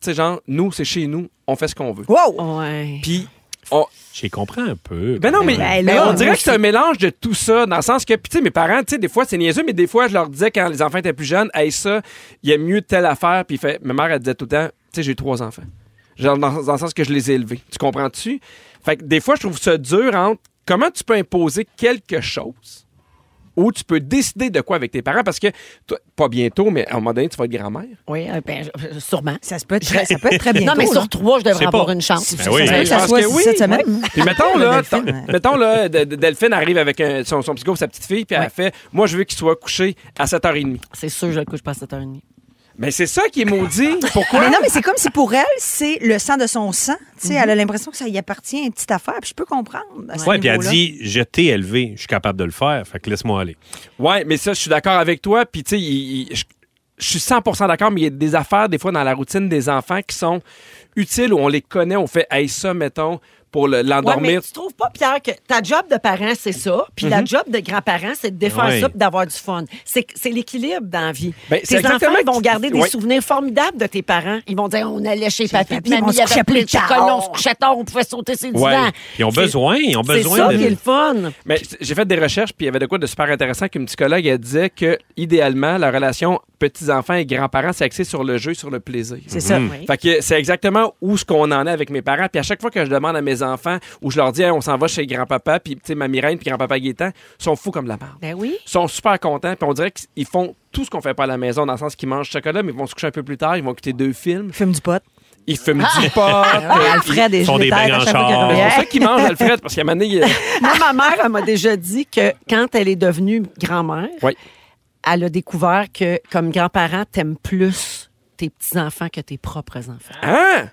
sais, genre, nous, c'est chez nous, on fait ce qu'on veut. Wow! Ouais. Puis, on, J'ai compris un peu. ben non, mais, Ben mais là, on dirait moi que c'est un mélange de tout ça, dans le sens que, puis tu sais, mes parents, tu sais, des fois, c'est niaiseux, mais des fois, je leur disais quand les enfants étaient plus jeunes, hey, ça, il y a mieux telle affaire, puis il fait, ma mère, elle disait tout le temps, tu sais, j'ai eu trois enfants. Genre, dans, dans le sens que je les ai élevés. Tu comprends-tu? Fait que des fois, je trouve ça dur entre comment tu peux imposer quelque chose ou tu peux décider de quoi avec tes parents, parce que, toi, pas bientôt, mais à un moment donné, tu vas être grand-mère. Oui, euh, ben, je- sûrement. Ça, se peut être très- ça peut être très bien. non, mais sur trois, je devrais C'est pas- avoir une chance. Ben oui. Ça Ben, que je ça pense soit que oui. cette semaine. Puis mettons là, Delphine, t- ouais. mettons là, De- De- Delphine arrive avec un- son, son petit gars, sa petite fille, puis elle fait Moi, je veux qu'il soit couché à 7h30. C'est sûr, je le couche pas à 7h30. Mais c'est ça qui est maudit. Pourquoi? Mais non, mais c'est comme si pour elle, c'est le sang de son sang. Tu sais, Elle a l'impression que ça y appartient à une petite affaire. Puis je peux comprendre. à ce Ouais, puis elle niveau-là. dit Je t'ai élevé, je suis capable de le faire, fait que laisse-moi aller. Ouais, mais ça, je suis d'accord avec toi. Puis tu sais, il- il- je je suis 100% d'accord, mais il y a des affaires, des fois, dans la routine des enfants qui sont utiles où on les connaît, on fait Hey, ça, mettons, pour le- Ouais, mais l'endormir. tu trouves pas, Pierre, que ta job de parent, c'est ça, puis la job de grand-parent, c'est de défaire Ouais. ça puis d'avoir du fun. C'est c'est l'équilibre dans la vie. Ben, c'est tes enfants, exactement ils vont que- garder des Ouais. souvenirs formidables de tes parents. Ils vont dire, on allait chez papy, papy, puis mamie, on il se y avait couchait plein plus de chocolat, on tard. se couchait tard, on pouvait sauter ses divans. Ouais. Ils ont C'est- besoin, ils ont C'est ça besoin qui est de. le fun. Mais j'ai fait des recherches, puis il y avait de quoi de super intéressant qu'une psychologue, elle disait que, idéalement, la relation petits-enfants et grands-parents, c'est axé sur le jeu, sur le plaisir. Mhm. C'est ça. Mhm. Oui. Fait que c'est exactement où ce qu'on en est avec mes parents. Puis à chaque fois que je demande à mes enfants, où je leur dis, Hey, on s'en va chez grand-papa, puis tu sais, mamie Reine, puis grand-papa Gaétan, ils sont fous comme de la merde. Ben oui. Ils sont super contents, puis on dirait qu'ils font tout ce qu'on fait pas à la maison, dans le sens qu'ils mangent du chocolat, mais ils vont se coucher un peu plus tard, ils vont écouter deux films, Fume du pot. ils fument du pot. Ah, Alfred et font je des l'étale à beignes chaque en fois char. qu'il Mais revient. C'est pour ça qu'ils mangent, Alfred, parce qu'à un moment donné, il- Moi, ma mère, elle m'a déjà dit que quand elle est devenue grand-mère, Ouais. elle a découvert que, comme grand-parent, t'aimes plus tes petits-enfants que tes propres enfants. Hein?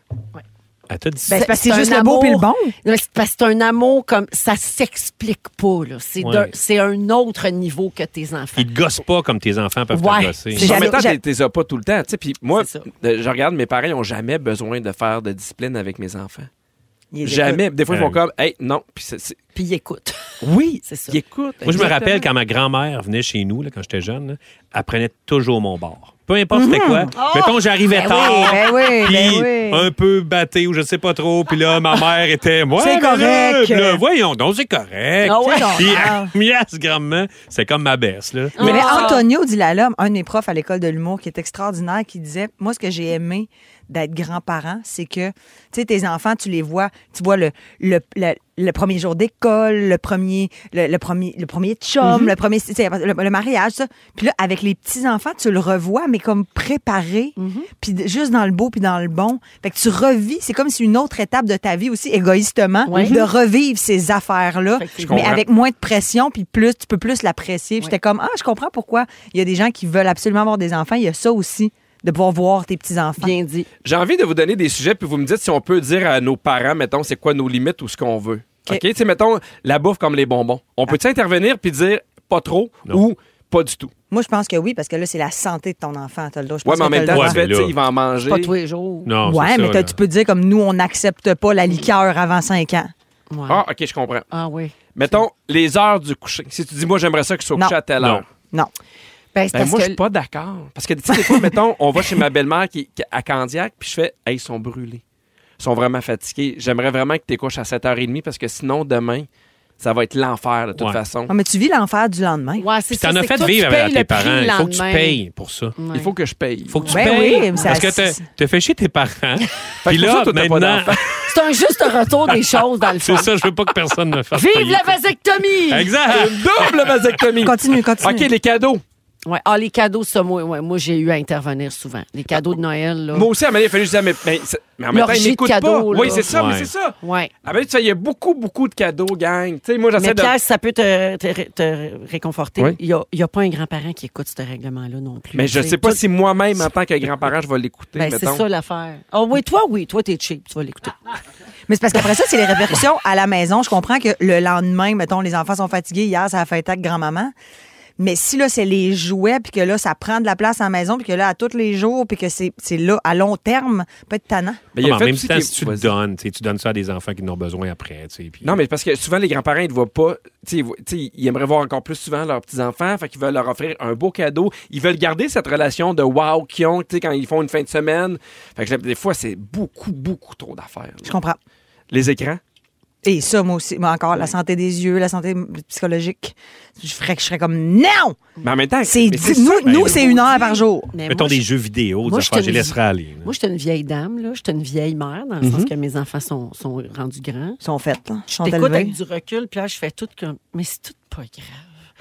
Elle t'a dit ça. Ben, c'est parce que c'est un juste le beau amour- puis le bon. Non, mais c'est parce que c'est un amour comme ça s'explique pas là. C'est Ouais. d'un- c'est un autre niveau que tes enfants. Ils te gossent pas comme tes enfants peuvent Ben Ouais. te gosser. C'est- En J'avais- même temps, j'avais- t'es- t'es as pas tout le temps. tu sais. Puis moi, C'est ça. euh, je regarde, mes parents ils ont jamais besoin de faire de discipline avec mes enfants. Ils les Jamais. Des fois, ils Ah font oui. comme, hey, non. Puis c'est- c'est- écoutent, Puis ils écoutent. Oui, C'est ça. Ils écoutent. Moi, je me Exactement. rappelle quand ma grand-mère venait chez nous, là, quand j'étais jeune, là, elle prenait toujours mon bord. Peu importe c'était quoi. Mettons, j'arrivais tard. Ben oui, ben puis oui. un peu batté ou je sais pas trop. Puis là, ma mère était... Ouais, C'est mais là, correct. puis là, voyons donc, c'est correct. Ah ouais. Puis, yes, grand-mère, c'est comme ma baisse, là. Mais Ah. Antonio Di Lalla, un de mes profs à l'école de l'humour qui est extraordinaire, qui disait Moi, ce que j'ai aimé d'être grand-parent, c'est que, tu sais, tes enfants, tu les vois, tu vois le, le, le- le premier jour d'école, le premier, le, le premier, le premier Mm-hmm. chum, le premier, tu sais, le, le mariage, ça. Puis là, avec les petits-enfants, tu le revois, mais comme préparé, Mm-hmm. puis de- juste dans le beau, puis dans le bon. Fait que tu revis, c'est comme si une autre étape de ta vie aussi, égoïstement, Ouais. de revivre ces affaires-là, Effectivement. mais Je comprends. avec moins de pression, puis plus, tu peux plus l'apprécier. Puis J'étais comme, ah, je comprends pourquoi il y a des gens qui veulent absolument avoir des enfants. Il y a ça aussi, de pouvoir voir tes petits-enfants. Bien dit. J'ai envie de vous donner des sujets, puis vous me dites si on peut dire à nos parents, mettons, c'est quoi nos limites ou ce qu'on veut. OK? Tu sais, mettons, la bouffe comme les bonbons. On peut-tu intervenir puis dire pas trop ou pas du tout? Moi, je pense que oui, parce que là, c'est la santé de ton enfant. T'as le droit. Je Ouais, pense mais en que t'as le même temps, droit. tu fais, Ouais, mais tu sais, là- il va en manger. Pas tous les jours. Non, Ouais, c'est mais ça, t'as- là. tu peux dire comme nous, on n'accepte pas la liqueur avant 5 ans. Ouais. Ah, OK, je comprends. Ah oui. Mettons, les heures du coucher. Si tu dis, moi, j'aimerais ça que je sois Non. couché à telle Non. heure. Non. Ben, c'est Ben, parce moi, que- je suis pas d'accord. Parce que, tu sais, des fois, mettons, on va chez ma belle-mère qui, qui- à Candiac, puis je fais, hey, ils sont brûlés. Ils sont vraiment fatigués. J'aimerais vraiment que tu couches à 7h30 parce que sinon, demain, ça va être l'enfer, de toute Ouais. façon. Ah, mais tu vis l'enfer du lendemain. Ouais, c'est Puis ça, t'en as c'est que fait toi, tu vivre avec payes tes le prix parents. Il le faut que tu lendemain. payes pour ça. Il faut que je paye. Faut que tu Ben payes. oui, mais ça- parce que t'as- t'as fait chier tes parents. Puis que pour là, ça, toi, t'as pas maintenant, d'enfant. C'est un juste retour des choses dans le fond. c'est ça, je veux pas que personne me fasse Vive payer. la vasectomie! Exact. Ah! Double vasectomie. Continue, continue. OK, les cadeaux. Ouais. Ah, les cadeaux, ça, moi, ouais, moi j'ai eu à intervenir souvent. Les cadeaux de Noël, là. Moi aussi, à un moment donné, il fallait juste dire, mais, mais, c'est- mais en même temps, L'orgie ils Ah. de n'écoutent pas. cadeaux, là. Oui, c'est ça, mais Ouais. c'est ça. Ouais. Ah ben, tu sais, il y a beaucoup, beaucoup de cadeaux, gang. Tu sais, moi, j'essaie Mais de. Pierre, si ça peut te, te- te réconforter. Oui. Il n'y a, pas un grand-parent qui écoute ce règlement-là non plus. Mais je Tu sais pas tout- si moi-même, en tant que grand-parent, je vais l'écouter. Ben, c'est mettons. ça l'affaire. Ah oui, toi, oui. Toi, t'es cheap. Tu vas l'écouter. Ah, Mais c'est parce qu'après ça, c'est les répercussions à la maison. Je comprends que le lendemain, mettons, les enfants sont fatigués. Hier, ça a fait avec grand-maman. Mais si là, c'est les jouets, puis que là, ça prend de la place en maison, puis que là, à tous les jours, puis que c'est c'est là, à long terme, peut-être tannant. Mais il Ah, Mais a en fait même aussi temps, qu'il- si tu le Vas-y. donnes, tu sais, tu donnes ça à des enfants qui en ont besoin après. tu sais, puis- Non, mais parce que souvent, les grands-parents, ils ne voient pas. tu sais, Ils, voient- tu sais, ils aimeraient voir encore plus souvent leurs petits-enfants. Fait qu'ils veulent leur offrir un beau cadeau. Ils veulent garder cette relation de wow qu'ils ont tu sais, quand ils font une fin de semaine. Fait que des fois, c'est beaucoup, beaucoup trop d'affaires. là. Je comprends. Les écrans. Et ça, moi aussi, moi encore, la santé des yeux, la santé psychologique, je ferais que je serais comme non! Mais en même temps, C'est mais nous, ça, ben, nous c'est une heure par jour. Mais euh, Mettons moi, des je- jeux vidéo, moi, des je affaires, te je les le dis. laisserai aller. là. Mhm. Moi, j'étais une vieille dame, là. J'étais une vieille mère, dans le sens que mes enfants sont, sont rendus grands. Ils sont faites, là. Ils sont T'écoutes élevés. avec du recul, puis là, je fais tout comme. Mais c'est tout pas grave.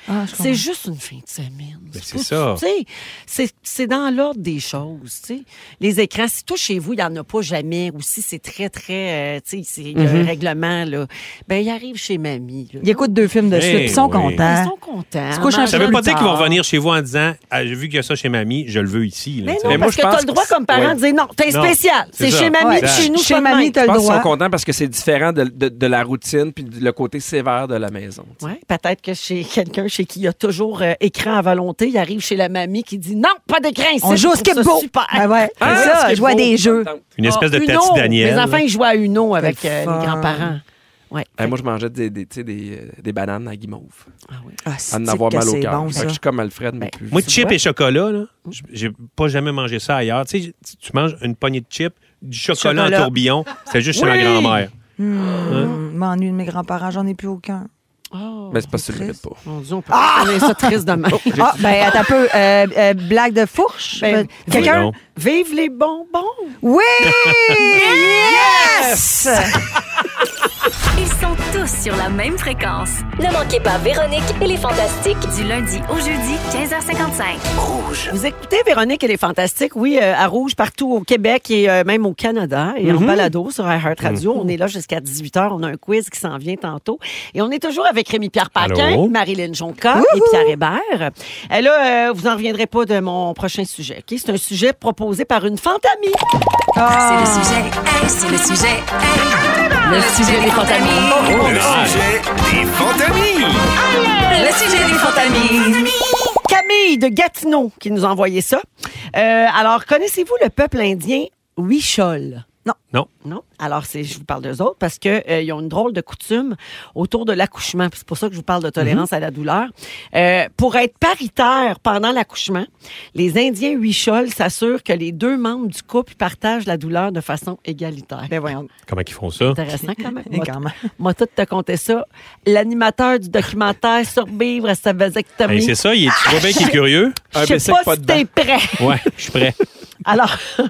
Ah, je C'est comprends. juste une fin de semaine. Ben, c'est pas- ça. tu sais, c'est- c'est dans l'ordre des choses. tu sais. Les écrans, si toi, chez vous, il n'y en a pas jamais, ou si c'est très, très. euh, tu sais, c'est il y a Mhm. un règlement, là. Ben, ils arrivent chez mamie. là. Ils écoutent deux films de Eh suite, puis ils sont oui. contents. Ils sont contents. Se couchent un mangent Ça veut plus pas dire qu'ils vont tard. revenir chez vous en disant ah, J'ai vu qu'il y a ça chez mamie, je le veux ici. là, Mais tu sais. non, Mais moi, parce je que t'as pense le droit que- comme parent ouais. de dire non, t'es Non, spécial, c'est c'est ça. chez mamie, Ouais. puis chez nous, Chez pas de mamie, même. t'as Je le pense qu'ils sont droit. contents parce que c'est différent de, de- de la routine puis de- le côté sévère de la maison. tu sais. Ouais, peut-être que chez quelqu'un chez qui il y a toujours euh, écran à volonté, il arrive chez la mamie qui dit non, pas d'écran ici. On je joue au trouve ça skip-bo. Super. Ben ouais. Ah, C'est ça, c'est je vois beau, des jeux. ça me tente. Une espèce de Ah, tati Uno. Daniel. Mes là. enfants, ils jouent à Uno avec Quel euh, fun. les grands-parents. Ouais. Eh, moi, je mangeais des, des, tu sais, des, euh, des bananes à guimauve. Ah oui. Ah, À en c'est-tu avoir que mal au c'est cœur. bon, Fait que ça. je suis comme Alfred, mais Ben, plus. Moi, chips vois? et chocolat, là, j- j'ai pas jamais mangé ça ailleurs. Tu sais, tu- tu manges une poignée de chips, du chocolat, Chocolat. en tourbillon, c'est juste chez Oui! ma grand-mère. Hum, je M'ennuie de mes grands-parents, j'en ai plus aucun. Oh, Mais c'est parce que tu le triste. mets pas. mon Dieu, on peut parler ça triste demain. Ah, ben, attends un peu. Euh, euh, blague de fourche? Ben, Euh, Quelqu'un? Non. Vive les bonbons! Oui! yes! Ils sont tous sur la même fréquence. Ne manquez pas Véronique et les Fantastiques. Du lundi au jeudi, 15h55. Vous écoutez Véronique, elle est fantastique. Oui, euh, à Rouge, partout au Québec et euh, même au Canada. Et en balado sur iHeartRadio, on est là jusqu'à 18h. On a un quiz qui s'en vient tantôt. Et on est toujours avec Rémi-Pierre Paquin, Allô? Marilyn Jonca et Pierre Hébert. Et là, euh, vous n'en reviendrez pas de mon prochain sujet. ok? C'est un sujet proposé par une fantamie. C'est le sujet, hey, c'est le sujet, hey. Ah. Le, sujet des fantamis. Le Ah, sujet des fantamis. Le sujet des fantamis. Camille de Gatineau qui nous a envoyé ça. Euh, alors, connaissez-vous le peuple indien Huichol? Non. Non. Non. Alors, c'est, je vous parle d'eux autres parce qu'ils ont une drôle de coutume autour de l'accouchement. Puis C'est pour ça que je vous parle de tolérance Mhm. à la douleur. Euh, pour être paritaire pendant l'accouchement, les Indiens Huichol s'assurent que les deux membres du couple partagent la douleur de façon égalitaire. Ben, voyons. Comment ils font ça? Intéressant quand même. Et Quand même. Moi, tout te compter ça. L'animateur du documentaire Survivre à sa vasectomie. Hey, c'est ça, Ah, il est, tu vois bien qu'il est curieux? Un Ah, Je sais bessic pas, pas si dedans. t'es prêt. Ouais, je suis prêt. Alors,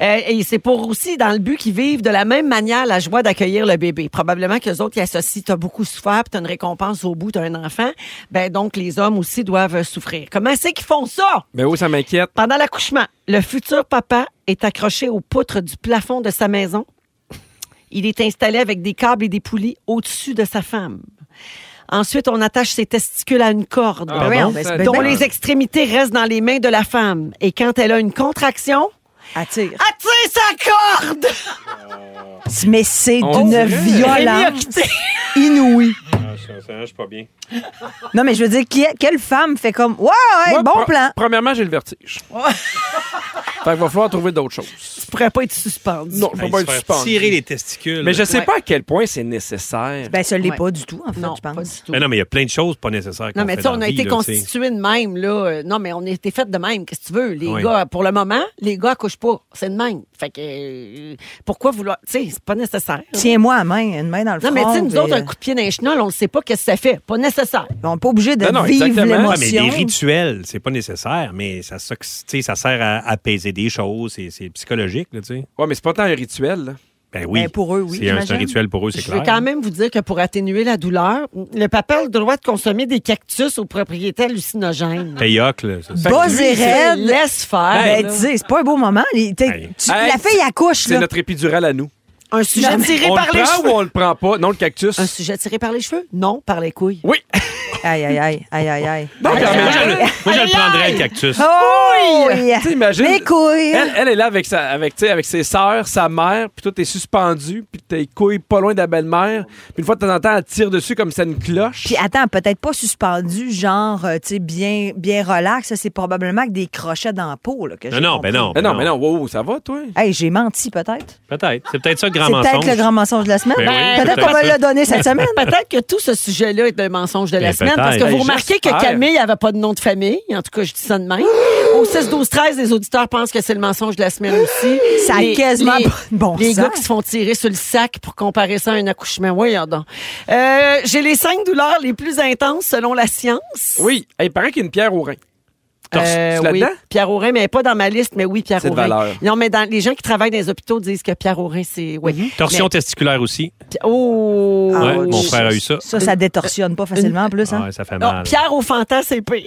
euh, et c'est pour aussi, dans le but qu'ils vivent de la même manière la joie d'accueillir le bébé. Probablement que les autres, ils associent, t'as beaucoup souffert, puis t'as une récompense au bout, t'as un enfant. Ben donc, les hommes aussi doivent euh, souffrir. Comment c'est qu'ils font ça? Mais oui, ça m'inquiète. Pendant l'accouchement, le futur papa est accroché aux poutres du plafond de sa maison. Il est installé avec des câbles et des poulies au-dessus de sa femme. Ensuite, on attache ses testicules à une corde Ah, voyons, bon, ben, ça, c'est bien dont ben, les extrémités restent dans les mains de la femme. Et quand elle a une contraction, Attire. attire sa corde! Mais c'est On d'une dirait. violence inouïe. ça je pas bien. Non, mais je veux dire, qui est- quelle femme fait comme Ouais, ouais, Moi, bon pre- plan. Premièrement, j'ai le vertige. fait qu'il va falloir trouver d'autres choses. Tu pourrais pas être suspendu. Non, je peux pas être suspendu. tirer les testicules. Mais je sais Ouais. pas à quel point c'est nécessaire. Ben, ça l'est Ouais. pas du tout, en fait, Non, je pas pense. du tout. Mais non, mais il y a plein de choses pas nécessaires. Non, qu'on mais fait tu sais, dans on la a vie, été là, tu sais. constitués de même, là. Euh, Non, mais on a été fait de même. Qu'est-ce que tu veux? Les Oui. gars, pour le moment, les gars accouchent pas. C'est de même. Fait que, euh, pourquoi vouloir. Tu sais, c'est pas nécessaire. Tiens-moi à main, une main dans le Non, front. mais tu sais, nous puis, autres, euh, un coup de pied d'un chenol, on ne sait pas qu'est-ce que ça fait. Pas nécessaire. On n'est pas obligé de Non, non, vivre exactement. Ah, mais l'émotion. des rituels, c'est pas nécessaire, mais ça, soc- tu sais, ça sert à apaiser des choses, c'est- c'est psychologique, là, tu sais. Ouais, mais c'est pas tant un rituel. là. Ben oui. Ben, pour eux, C'est un, oui, c'est un j'imagine. rituel pour eux, c'est Je clair. veux quand même vous dire que pour atténuer la douleur, le papa a le droit de consommer des cactus aux propriétés hallucinogènes. Payocle, ça, Ben, c'est- Bas Lui, et tu raide. laisse faire. Ben, là. tu sais, c'est pas un beau moment. Les- t'es- Hey. tu- Hey, la fille accouche, C'est là. notre épidural à nous. un sujet tiré on par le les prend cheveux. ou on le prend pas? Non, le cactus. Un sujet tiré par les cheveux? Non, par les couilles. Oui. Aïe, aïe, aïe, aïe, aïe, aïe. ben, Bon, puis en Moi, même je temps, le, moi, je le prendrais, le cactus. Oh! T'imagines? Mes couilles! Hein? Elle, elle est là avec, sa, avec, tu sais, avec ses sœurs, sa mère, puis toi, t'es suspendu, puis tes couilles pas loin de la belle-mère. Puis une fois de temps en temps, elle tire dessus comme c'est une cloche. Puis attends, peut-être pas suspendu, genre, euh, tu sais, bien, bien relax. ça, C'est probablement que des crochets dans la peau. Là, que Non, j'ai non, ben compris. non. mais non, mais non, wow, wow, ça va, toi? Hey, j'ai menti peut-être. Peut-être. C'est peut-être ça le grand C'est mensonge. peut-être le grand mensonge de la semaine. Ben oui, peut-être peut-être qu'on va ça. le donner cette semaine. Peut-être que tout ce sujet-là est un mensonge de la Mais semaine, peut-être. parce que vous Ben, remarquez que Eh, j'espère. Camille avait pas de nom de famille. En tout cas, je dis ça de même. Au 6, 12, 13, les auditeurs pensent que c'est le mensonge de la semaine aussi. Ça a Les- quasiment les- pas de bon Les sens. gars qui se font tirer sur le sac pour comparer ça à un accouchement. Oui, donc. Euh, J'ai les cinq douleurs les plus intenses selon la science. Oui, Hey, il paraît qu'il y a une pierre au rein. Torse. Euh, Tu l'as oui. dedans? Pierre Aurin, mais pas dans ma liste, mais oui, Pierre C'est de Aurin. valeur. Non, mais dans, les gens qui travaillent dans les hôpitaux disent que Pierre Aurin, c'est. Oui. Mhm. Torsion testiculaire aussi. Mais- oh! Ouais, oui. mon frère a eu ça. Ah, Ça, ça détorsionne pas facilement en plus. Hein? Ouais, ça fait Non, mal. Pierre au fantasme, c'est pire.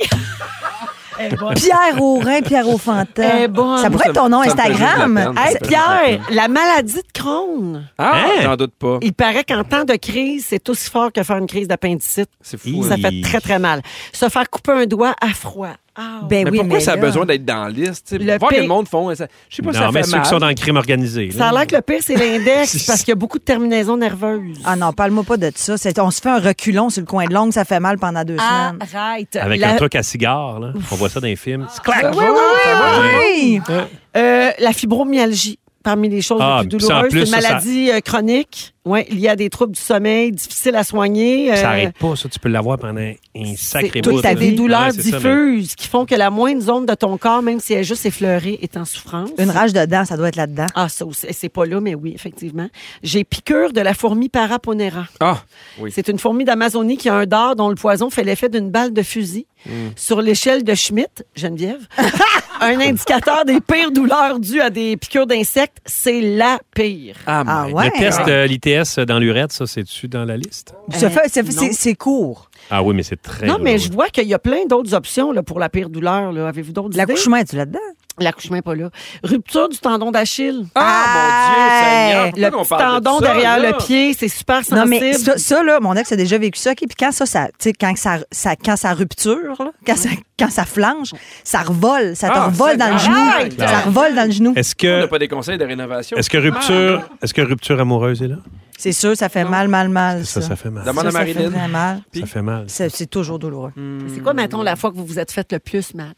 Pierre Aurin, Pierre au Fantin. Eh, bon. ça pourrait être ton nom Ça me fait juste de la Instagram. peine. Hey, Ça fait Pierre, la maladie de Crohn. Ah, Hein? j'en doute pas. Il paraît qu'en temps de crise, c'est aussi fort que faire une crise d'appendicite. C'est Oui. fou. hein. Ça fait très, très mal. Se faire couper un doigt à froid. Ah, Ben Mais oui, pourquoi mais ça a là- besoin d'être dans la liste? tu sais, Le voir que pire- le monde font. ça- Je sais pas si ça Non, mais fait ceux qui sont mal. dans le crime organisé. Ça a là. l'air que le pire, c'est l'index parce qu'il y a beaucoup de terminaisons nerveuses. Ah non, parle-moi pas de ça. C'est- On se fait un reculon sur le coin de l'ongle, ça fait mal pendant deux semaines. Arrête. Avec la, Ah, un truc à cigare, là. On voit ça dans les films. C'est clair. Oui, oui, oui, Oui! Euh, la fibromyalgie, parmi les choses Ah, les plus puis ça, en douloureuses, plus, c'est ça, une ça- maladie euh, chronique. Ouais, il y a des troubles du sommeil, difficiles à soigner. Ça euh, n'arrête pas, ça. Tu peux l'avoir pendant un sacré c'est- bout. toute ta là. vie, des douleurs Ouais, c'est ça, mais- diffuses qui font que la moindre zone de ton corps, même si elle est juste effleurée, est en souffrance. Une rage de dents, ça doit être là-dedans. Ah, ça aussi. C'est pas là, mais oui, effectivement. J'ai piqûre de la fourmi Paraponera. Ah, oui. C'est une fourmi d'Amazonie qui a un dard dont le poison fait l'effet d'une balle de fusil. Hmm. Sur l'échelle de Schmidt, Geneviève, un indicateur des pires douleurs dues à des piqûres d'insectes, c'est la pire. Ah, Ah my- ouais? Le test, euh, l'ITS dans l'urette, ça, c'est-tu dans la liste? Ça fait- ça fait- non. c'est- C'est court. Ah oui, mais c'est Eh très Non, mais douloureux. je vois qu'il y a plein d'autres options là, pour la pire douleur. là. Avez-vous d'autres idées? L'accouchement, es-tu là-dedans? L'accouchement est pas là. Rupture du tendon d'Achille. Ah, mon Dieu, Le Seigneur, pourquoi qu'on petit Ah, parle de tendon ça, derrière là? le pied, c'est super sensible. Non, mais ça, ça, là, mon ex a déjà vécu ça. OK? Puis quand ça, ça, tu sais, quand ça, ça- quand ça rupture, là, quand, ça, quand ça flanche, ça revole. Ça te Ah, revole ça, dans le arrête! genou. Arrête! Ça revole dans le genou. Est-ce On n'a que, pas des conseils de rénovation. est-ce que rupture, est-ce que rupture amoureuse est là? C'est sûr, ça fait mal, mal, mal. Ça, Ça, ça fait mal. Demande Ça, à ça fait Marilyn. très mal. Ça fait mal. C'est c'est toujours douloureux. C'est quoi, mettons, la fois que vous vous êtes fait le plus mal?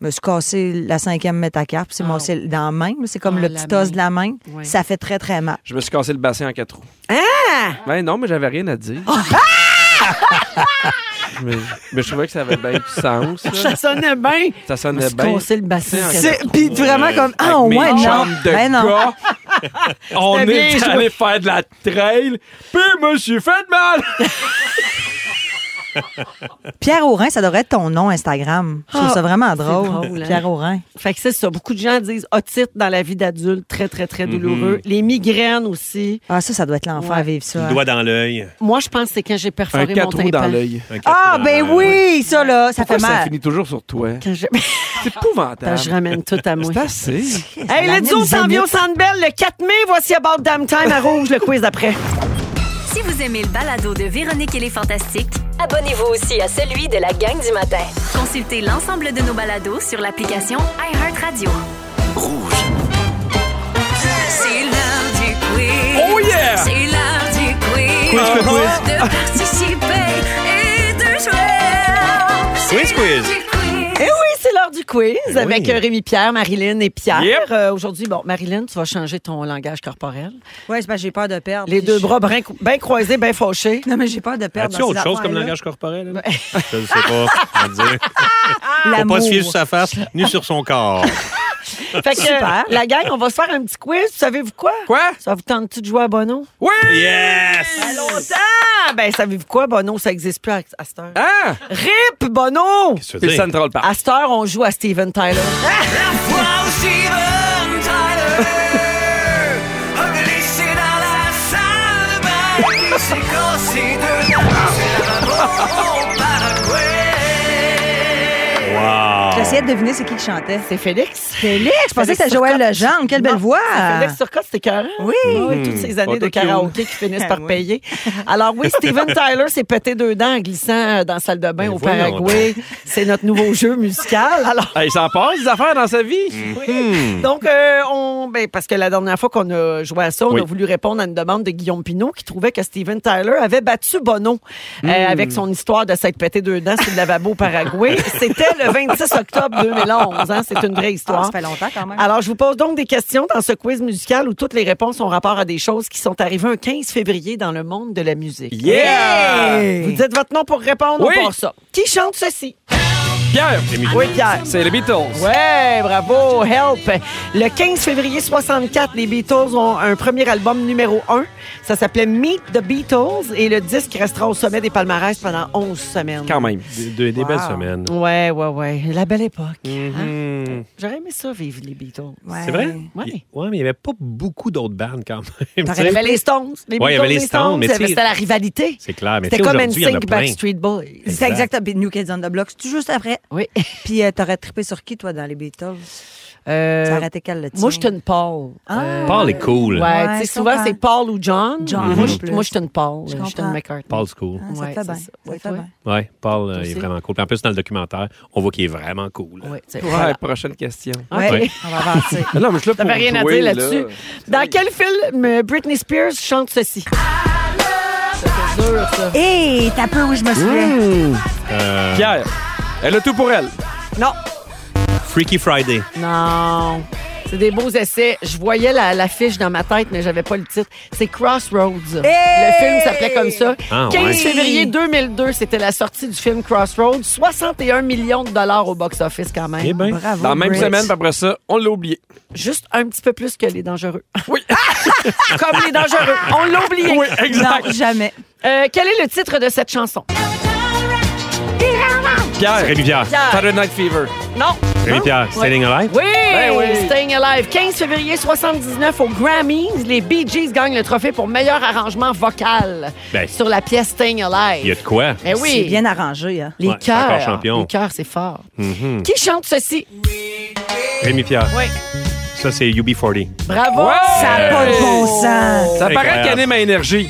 me suis cassé la cinquième métacarpe. C'est Ah. mon- c'est dans la main. là, C'est comme Ah, le la petit os de la main. Oui. Ça fait très, très mal. Je me suis cassé le bassin en quatre roues. Ah! Ben non, mais j'avais rien à dire. mais, mais je trouvais que ça avait bien du sens. là. Ça sonnait bien. Ça sonnait Se bien. casser le bassin. Euh, ben, C'est- C'est- Puis vraiment comme, ah Avec mes ouais, non. chums de Ben non. gars, on C'était est bien allé faire de la trail, puis je me suis fait mal. Pierre Aurin, ça devrait être ton nom Instagram. Je trouve Ah, ça vraiment drôle. drôle, hein? Pierre Aurin. Fait que c'est ça. Beaucoup de gens disent otite dans la vie d'adulte, très, très, Mm-hmm. très douloureux. Les migraines aussi. Ah, ça, ça doit être l'enfer Ouais. à vivre ça. Le hein. doigt dans l'œil. Moi, je pense que c'est quand j'ai Un perforé mon quatre roues dans tympan. l'œil. Un quatre Ah, dans ben l'œil. oui, ça, là, ça Pourquoi fait ça mal. finit toujours sur toi? Quand je... C'est épouvantable. Attends, je ramène tout à moi. C'est assez. Hey, let's go, on s'en vient au Centre Bell le 4 mai. Voici About Damn Time à Rouge, le quiz après. Si vous aimez le balado de Véronique et les Fantastiques, Abonnez-vous aussi à celui de la gang du matin. consultez l'ensemble de nos balados sur l'application iHeartRadio. Rouge. C'est l'heure du quiz. Oh yeah! C'est l'heure du quiz. Uh-huh. Quiz, quiz, De participer et de jouer. Quiz, quiz. quiz. Eh oui, c'est l'heure du quiz avec euh, Rémi Pierre, Marilyn et Pierre. Yep. Euh, Aujourd'hui, bon, Marilyn, tu vas changer ton langage corporel. Oui, c'est parce que j'ai peur de perdre. Les Puis deux je- bras bien croisés, bien fauchés. Non, mais j'ai peur de perdre. As-tu dans autre ces chose comme affaires-là. langage corporel? là? Je ne sais pas. comment dire. Faut L'amour. pas se fier sur sa face, ni sur son corps. Fait que, euh, la gang, on va se faire un petit quiz. Savez-vous quoi? Quoi? Ça vous tente-tu de jouer à Bono? Oui! Yes! À longtemps! Ben, savez-vous quoi? Bono, ça n'existe plus à, à cette heure. Hein? RIP, Bono! Qu'est-ce que tu C'est veux le dire? Central Park. À cette heure, on joue à Steven Tyler. Wow, Steven Tyler a glissé dans la salle de bain. Il s'est cassé deux dents. C'est là-bas au Paraguay. Wow! J'essayais de deviner c'est qui qui chantait. C'est Félix? Félix, je pensais que c'était Joël Legendre. Quelle belle Non, voix. c'est Félix Turcotte, c'était carré. Oui. Toutes ces années de Autotune. karaoké qui finissent par Ah oui. payer. Alors oui, Steven Tyler s'est pété deux dents en glissant euh, dans la salle de Ben bain Mais au voyons Paraguay. C'est notre nouveau jeu musical. Alors Hey, ça en passe des affaires dans sa vie. Donc, euh, on, ben, parce que la dernière fois qu'on a joué à ça, on Oui. a voulu répondre à une demande de Guillaume Pinot qui trouvait que Steven Tyler avait battu Bono Hmm. euh, Hmm. avec son histoire de s'être pété deux dents sur le lavabo au Paraguay. C'était le 26 octobre 2011. hein. C'est une vraie histoire. Ah, ça fait longtemps quand même. Alors, je vous pose donc des questions dans ce quiz musical où toutes les réponses ont rapport à des choses qui sont arrivées un 15 février dans le monde de la musique. Yeah! Vous dites votre nom pour répondre, Oui. on part ça. Qui chante ceci? Pierre, Oui, Pierre. c'est les Beatles. Ouais, bravo, help. Le 15 février 64, les Beatles ont un premier album numéro 1. Ça s'appelait Meet the Beatles et le disque restera au sommet des palmarès pendant 11 semaines. Quand même. Des, des- des belles semaines. Ouais, ouais, ouais. La belle époque. hein? Mhm. J'aurais aimé ça vivre les Beatles. C'est vrai? Ouais. Il- ouais, mais il n'y avait pas beaucoup d'autres bandes quand Il même. y avait les Stones. Les Ouais, il y Beatles, avait les les Stones, Stones. mais il y avait- tu sais- C'était la rivalité. C'est clair, mais C'était tu sais, comme aujourd'hui, il y en a NSYNC plein. Backstreet Boys. C'est exact, puis New Kids on the Block. C'est juste après. Oui. Puis euh, t'aurais trippé sur qui, toi, dans les Beatles? Euh, T'as arrêté quel, le tien? moi, je suis une Paul. Ah. Euh, Paul est cool. Ouais, Ouais, tu sais, je souvent, comprends. c'est Paul ou John. John, Moi, plus. je, moi, je suis une Paul. Je Je suis une comprends. McCartney. Paul's cool. Ah, ça Ouais, te fait c'est bien. ça. Ça Ouais, te fait toi? bien. Ouais, Paul euh, il est aussi. vraiment cool. Puis en plus, dans le documentaire, on voit qu'il est vraiment cool. Ah, Ouais, tu sais, Ouais, voilà. prochaine question. Ouais. Ouais. On va avancer. Là, mais je suis là Ça pour fait rien à jouer, dire là-dessus. Dans quel film euh, Britney Spears chante ceci? Ça, c'est dur, ça. Hé, t'as peur où je me Hein? souviens. Euh, Pierre, elle a tout pour elle. Non. Freaky Friday. Non. C'est des beaux essais. Je voyais la- l'affiche dans ma tête, mais j'avais pas le titre. C'est Crossroads. Hey! Le film s'appelait comme ça. Ah, 15 ouais. février 2002, c'était la sortie du film Crossroads. 61 millions de dollars au box-office quand même. Eh bien, Bravo. Dans la même Brit. semaine, puis après ça, on l'a oublié. Juste un petit peu plus que Les Dangereux. Oui. comme Les Dangereux. On l'a oublié. Oui, exact. Non, jamais. Euh, quel est le titre de cette chanson? Pierre, Rémi Pierre. Saturday Night Fever. Eh Non. Rémi Pierre, Staying Alive. Oui, oui. Staying Alive. 15 février 79 au Grammys, les Bee Gees gagnent le trophée pour meilleur arrangement vocal Ben. sur la pièce Staying Alive. Il y a de quoi? Ben C'est oui, bien arrangé. Hein. les Ouais, c'est encore cœurs. champion. Mm-hmm. Les cœurs, c'est fort. Qui chante ceci? Rémi Pierre. Oui. Ça, c'est UB40. Bravo! Ouais. Ça n'a Euh. pas de bon sens. Ça paraît Incroyable. qu'elle est ma énergie.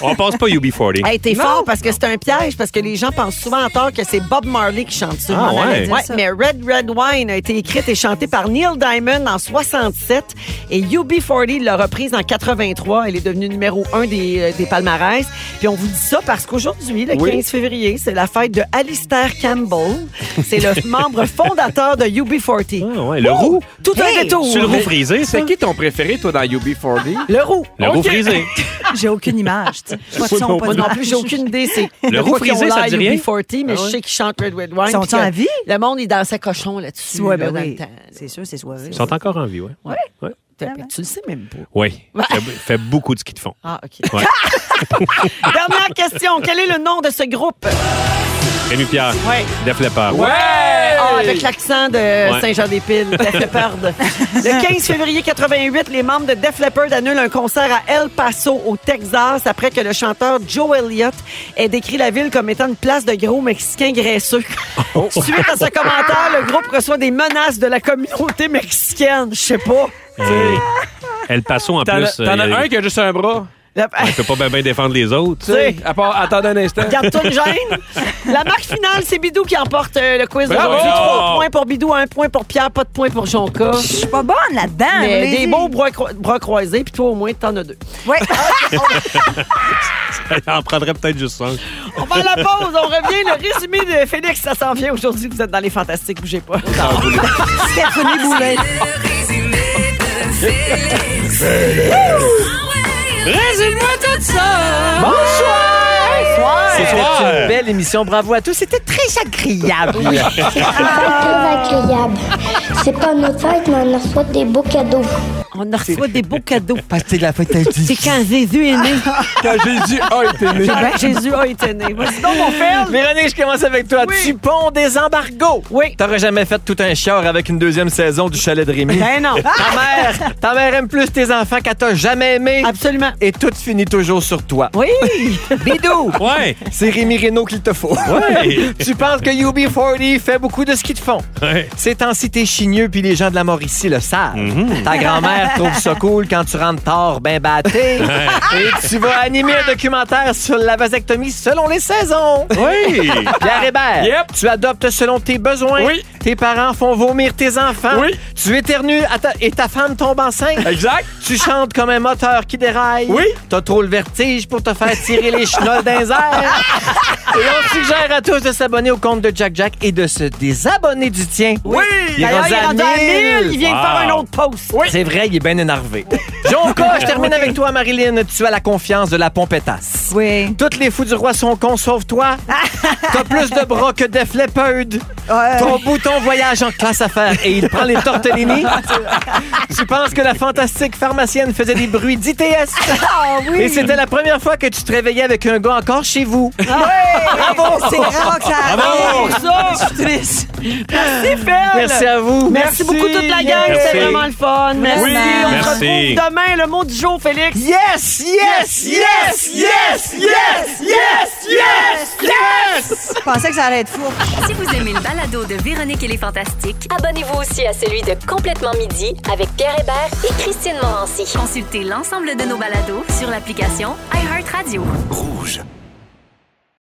On passe pas UB40. Hey, t'es Non. fort parce que Ah, c'est un piège, parce que les gens pensent souvent en tort que c'est Bob Marley qui chante ça. Ah, ouais? Ouais, mais Red Red Wine a été écrite et chantée par Neil Diamond en 67 et UB40 l'a reprise en 83. Elle est devenue numéro un des, euh, des palmarès. Puis on vous dit ça parce qu'aujourd'hui, le 15 Oui. février, c'est la fête de Alistair Campbell. C'est le membre fondateur de UB40. Ah ouais, le roux. Tout Hey! un détour. Sur le roux frisé, ça? C'est qui ton préféré, toi, dans UB40? Le roux. Le roux Ok. frisé. J'ai aucune image. tu sais. Pas de son, Moi pas Moi non d'image. plus, j'ai aucune idée. C'est Le roux frisé, ça te dit rien? Ah UB40, mais je sais qu'ils chantent Red Red Wine. Ils sont puis en que vie? Le monde, il dansait cochon là-dessus. Ouais, là, ben dans le oui. temps. C'est sûr, c'est soirée. Ils sont encore en vie, ouais. Ouais. Ouais. Ben, Tu le sais même pas. Oui. Fait, fait beaucoup de ski de fond. Ah, OK. Ouais. Dernière question. Quel est le nom de ce groupe? Rémi Pierre. Ouais. Def Leppard. Ouais! Ah, avec l'accent de Saint-Jean-des-Piles, Def Leppard. Le 15 février 88, les membres de Def Leppard annulent un concert à El Paso, au Texas, après que le chanteur Joe Elliott ait décrit la ville comme étant une place de gros Mexicains graisseux. Suite à ce commentaire, le groupe reçoit des menaces de la communauté mexicaine. Je sais pas. Hey. El Paso, en T'en plus. as t'en as euh, un qui a juste un bras. La- il peut pas bien défendre les autres. Tu sais, à part attendre un instant. Garde-toi une gêne. La marque finale, c'est Bidou qui emporte euh, le quiz Bravo! d'aujourd'hui. Trois points pour Bidou, un point pour Pierre, pas de point pour Jonca. Je suis pas bonne là-dedans. Mais allez-y. des beaux Ah, bras, cro- bras croisés, puis toi au moins, t'en as deux. Ouais. Elle en prendrait peut-être juste un. On va à la pause, on revient. Le résumé de Félix, ça s'en vient aujourd'hui. Vous êtes dans les fantastiques, bougez pas. Stéphanie Boulay. C'était soir. une belle émission. Bravo à tous. C'était très agréable. C'est pas agréable. C'est pas notre fête, mais on reçoit des beaux cadeaux. On on reçoit des beaux cadeaux. Parce que c'est de la fête à C'est quand Jésus est né. Ah, Quand Jésus oh! a été né. Ben, Jésus a été né. Vas-y donc, mon frère. Véronique, je commence avec toi. Oui. Tu ponds des embargos. Oui. T'aurais jamais fait tout un chiard avec une deuxième saison du chalet de Rémi. Ben non, Ta mère, ta mère aime plus tes enfants qu'elle t'a jamais aimé. absolument. Et tout finit toujours sur toi. Ah. Oui, Bidou! Ouais. C'est Rémi Reno qu'il te faut. Ouais. tu penses que UB40 fait beaucoup de ce qu'ils te font. ouais. Ces temps-ci, t'es chigneux, puis les gens de la Mauricie le savent. Mhm. Ta grand-mère trouve ça cool quand tu rentres tard, ben batté. Et tu vas animer un documentaire sur la vasectomie selon les saisons. Oui. Pierre Hébert, Ah. Yep. tu adoptes selon tes besoins. Oui. Tes parents font vomir tes enfants. Oui. Tu éternues à ta- et ta femme tombe enceinte. Exact. Tu chantes comme un moteur qui déraille. Oui. T'as trop le vertige pour te faire tirer les chenolles d'un Et on suggère à tous de s'abonner au compte de Jack Jack et de se désabonner du tien. Oui. Il est D'ailleurs, il est rendu à 1000. Il vient de Wow. faire un autre post. C'est vrai, il est bien énervé. Jonca, je termine avec toi, Marilyn. Tu as la confiance de la pompétasse. Oui. Toutes les fous du roi sont cons, sauf toi. T'as plus de bras que Def Leppard. Ouais. Ton bouton voyage en classe affaires et il prend les tortellini. Ah, tu penses que la fantastique pharmacienne faisait des bruits d'ITS. Ah Et oui. c'était la première fois que tu te réveillais avec un gars encore chez vous. Ah, Bravo. C'est rare que ça Bravo. arrive. Je suis triste. Merci à vous. Merci beaucoup toute la gang, Merci. c'était vraiment le fun. Merci. Oui. On se Merci. retrouve demain, le mot du jour, Félix. Yes, yes, yes, yes, yes, yes, yes, yes. Je pensais que ça allait être fou. Si vous aimez le balado de Véronique et les Fantastiques, Abonnez-vous aussi à celui de Complètement Midi avec Pierre Hébert et Christine Morancy. consultez l'ensemble de nos balados sur l'application iHeartRadio. Rouge.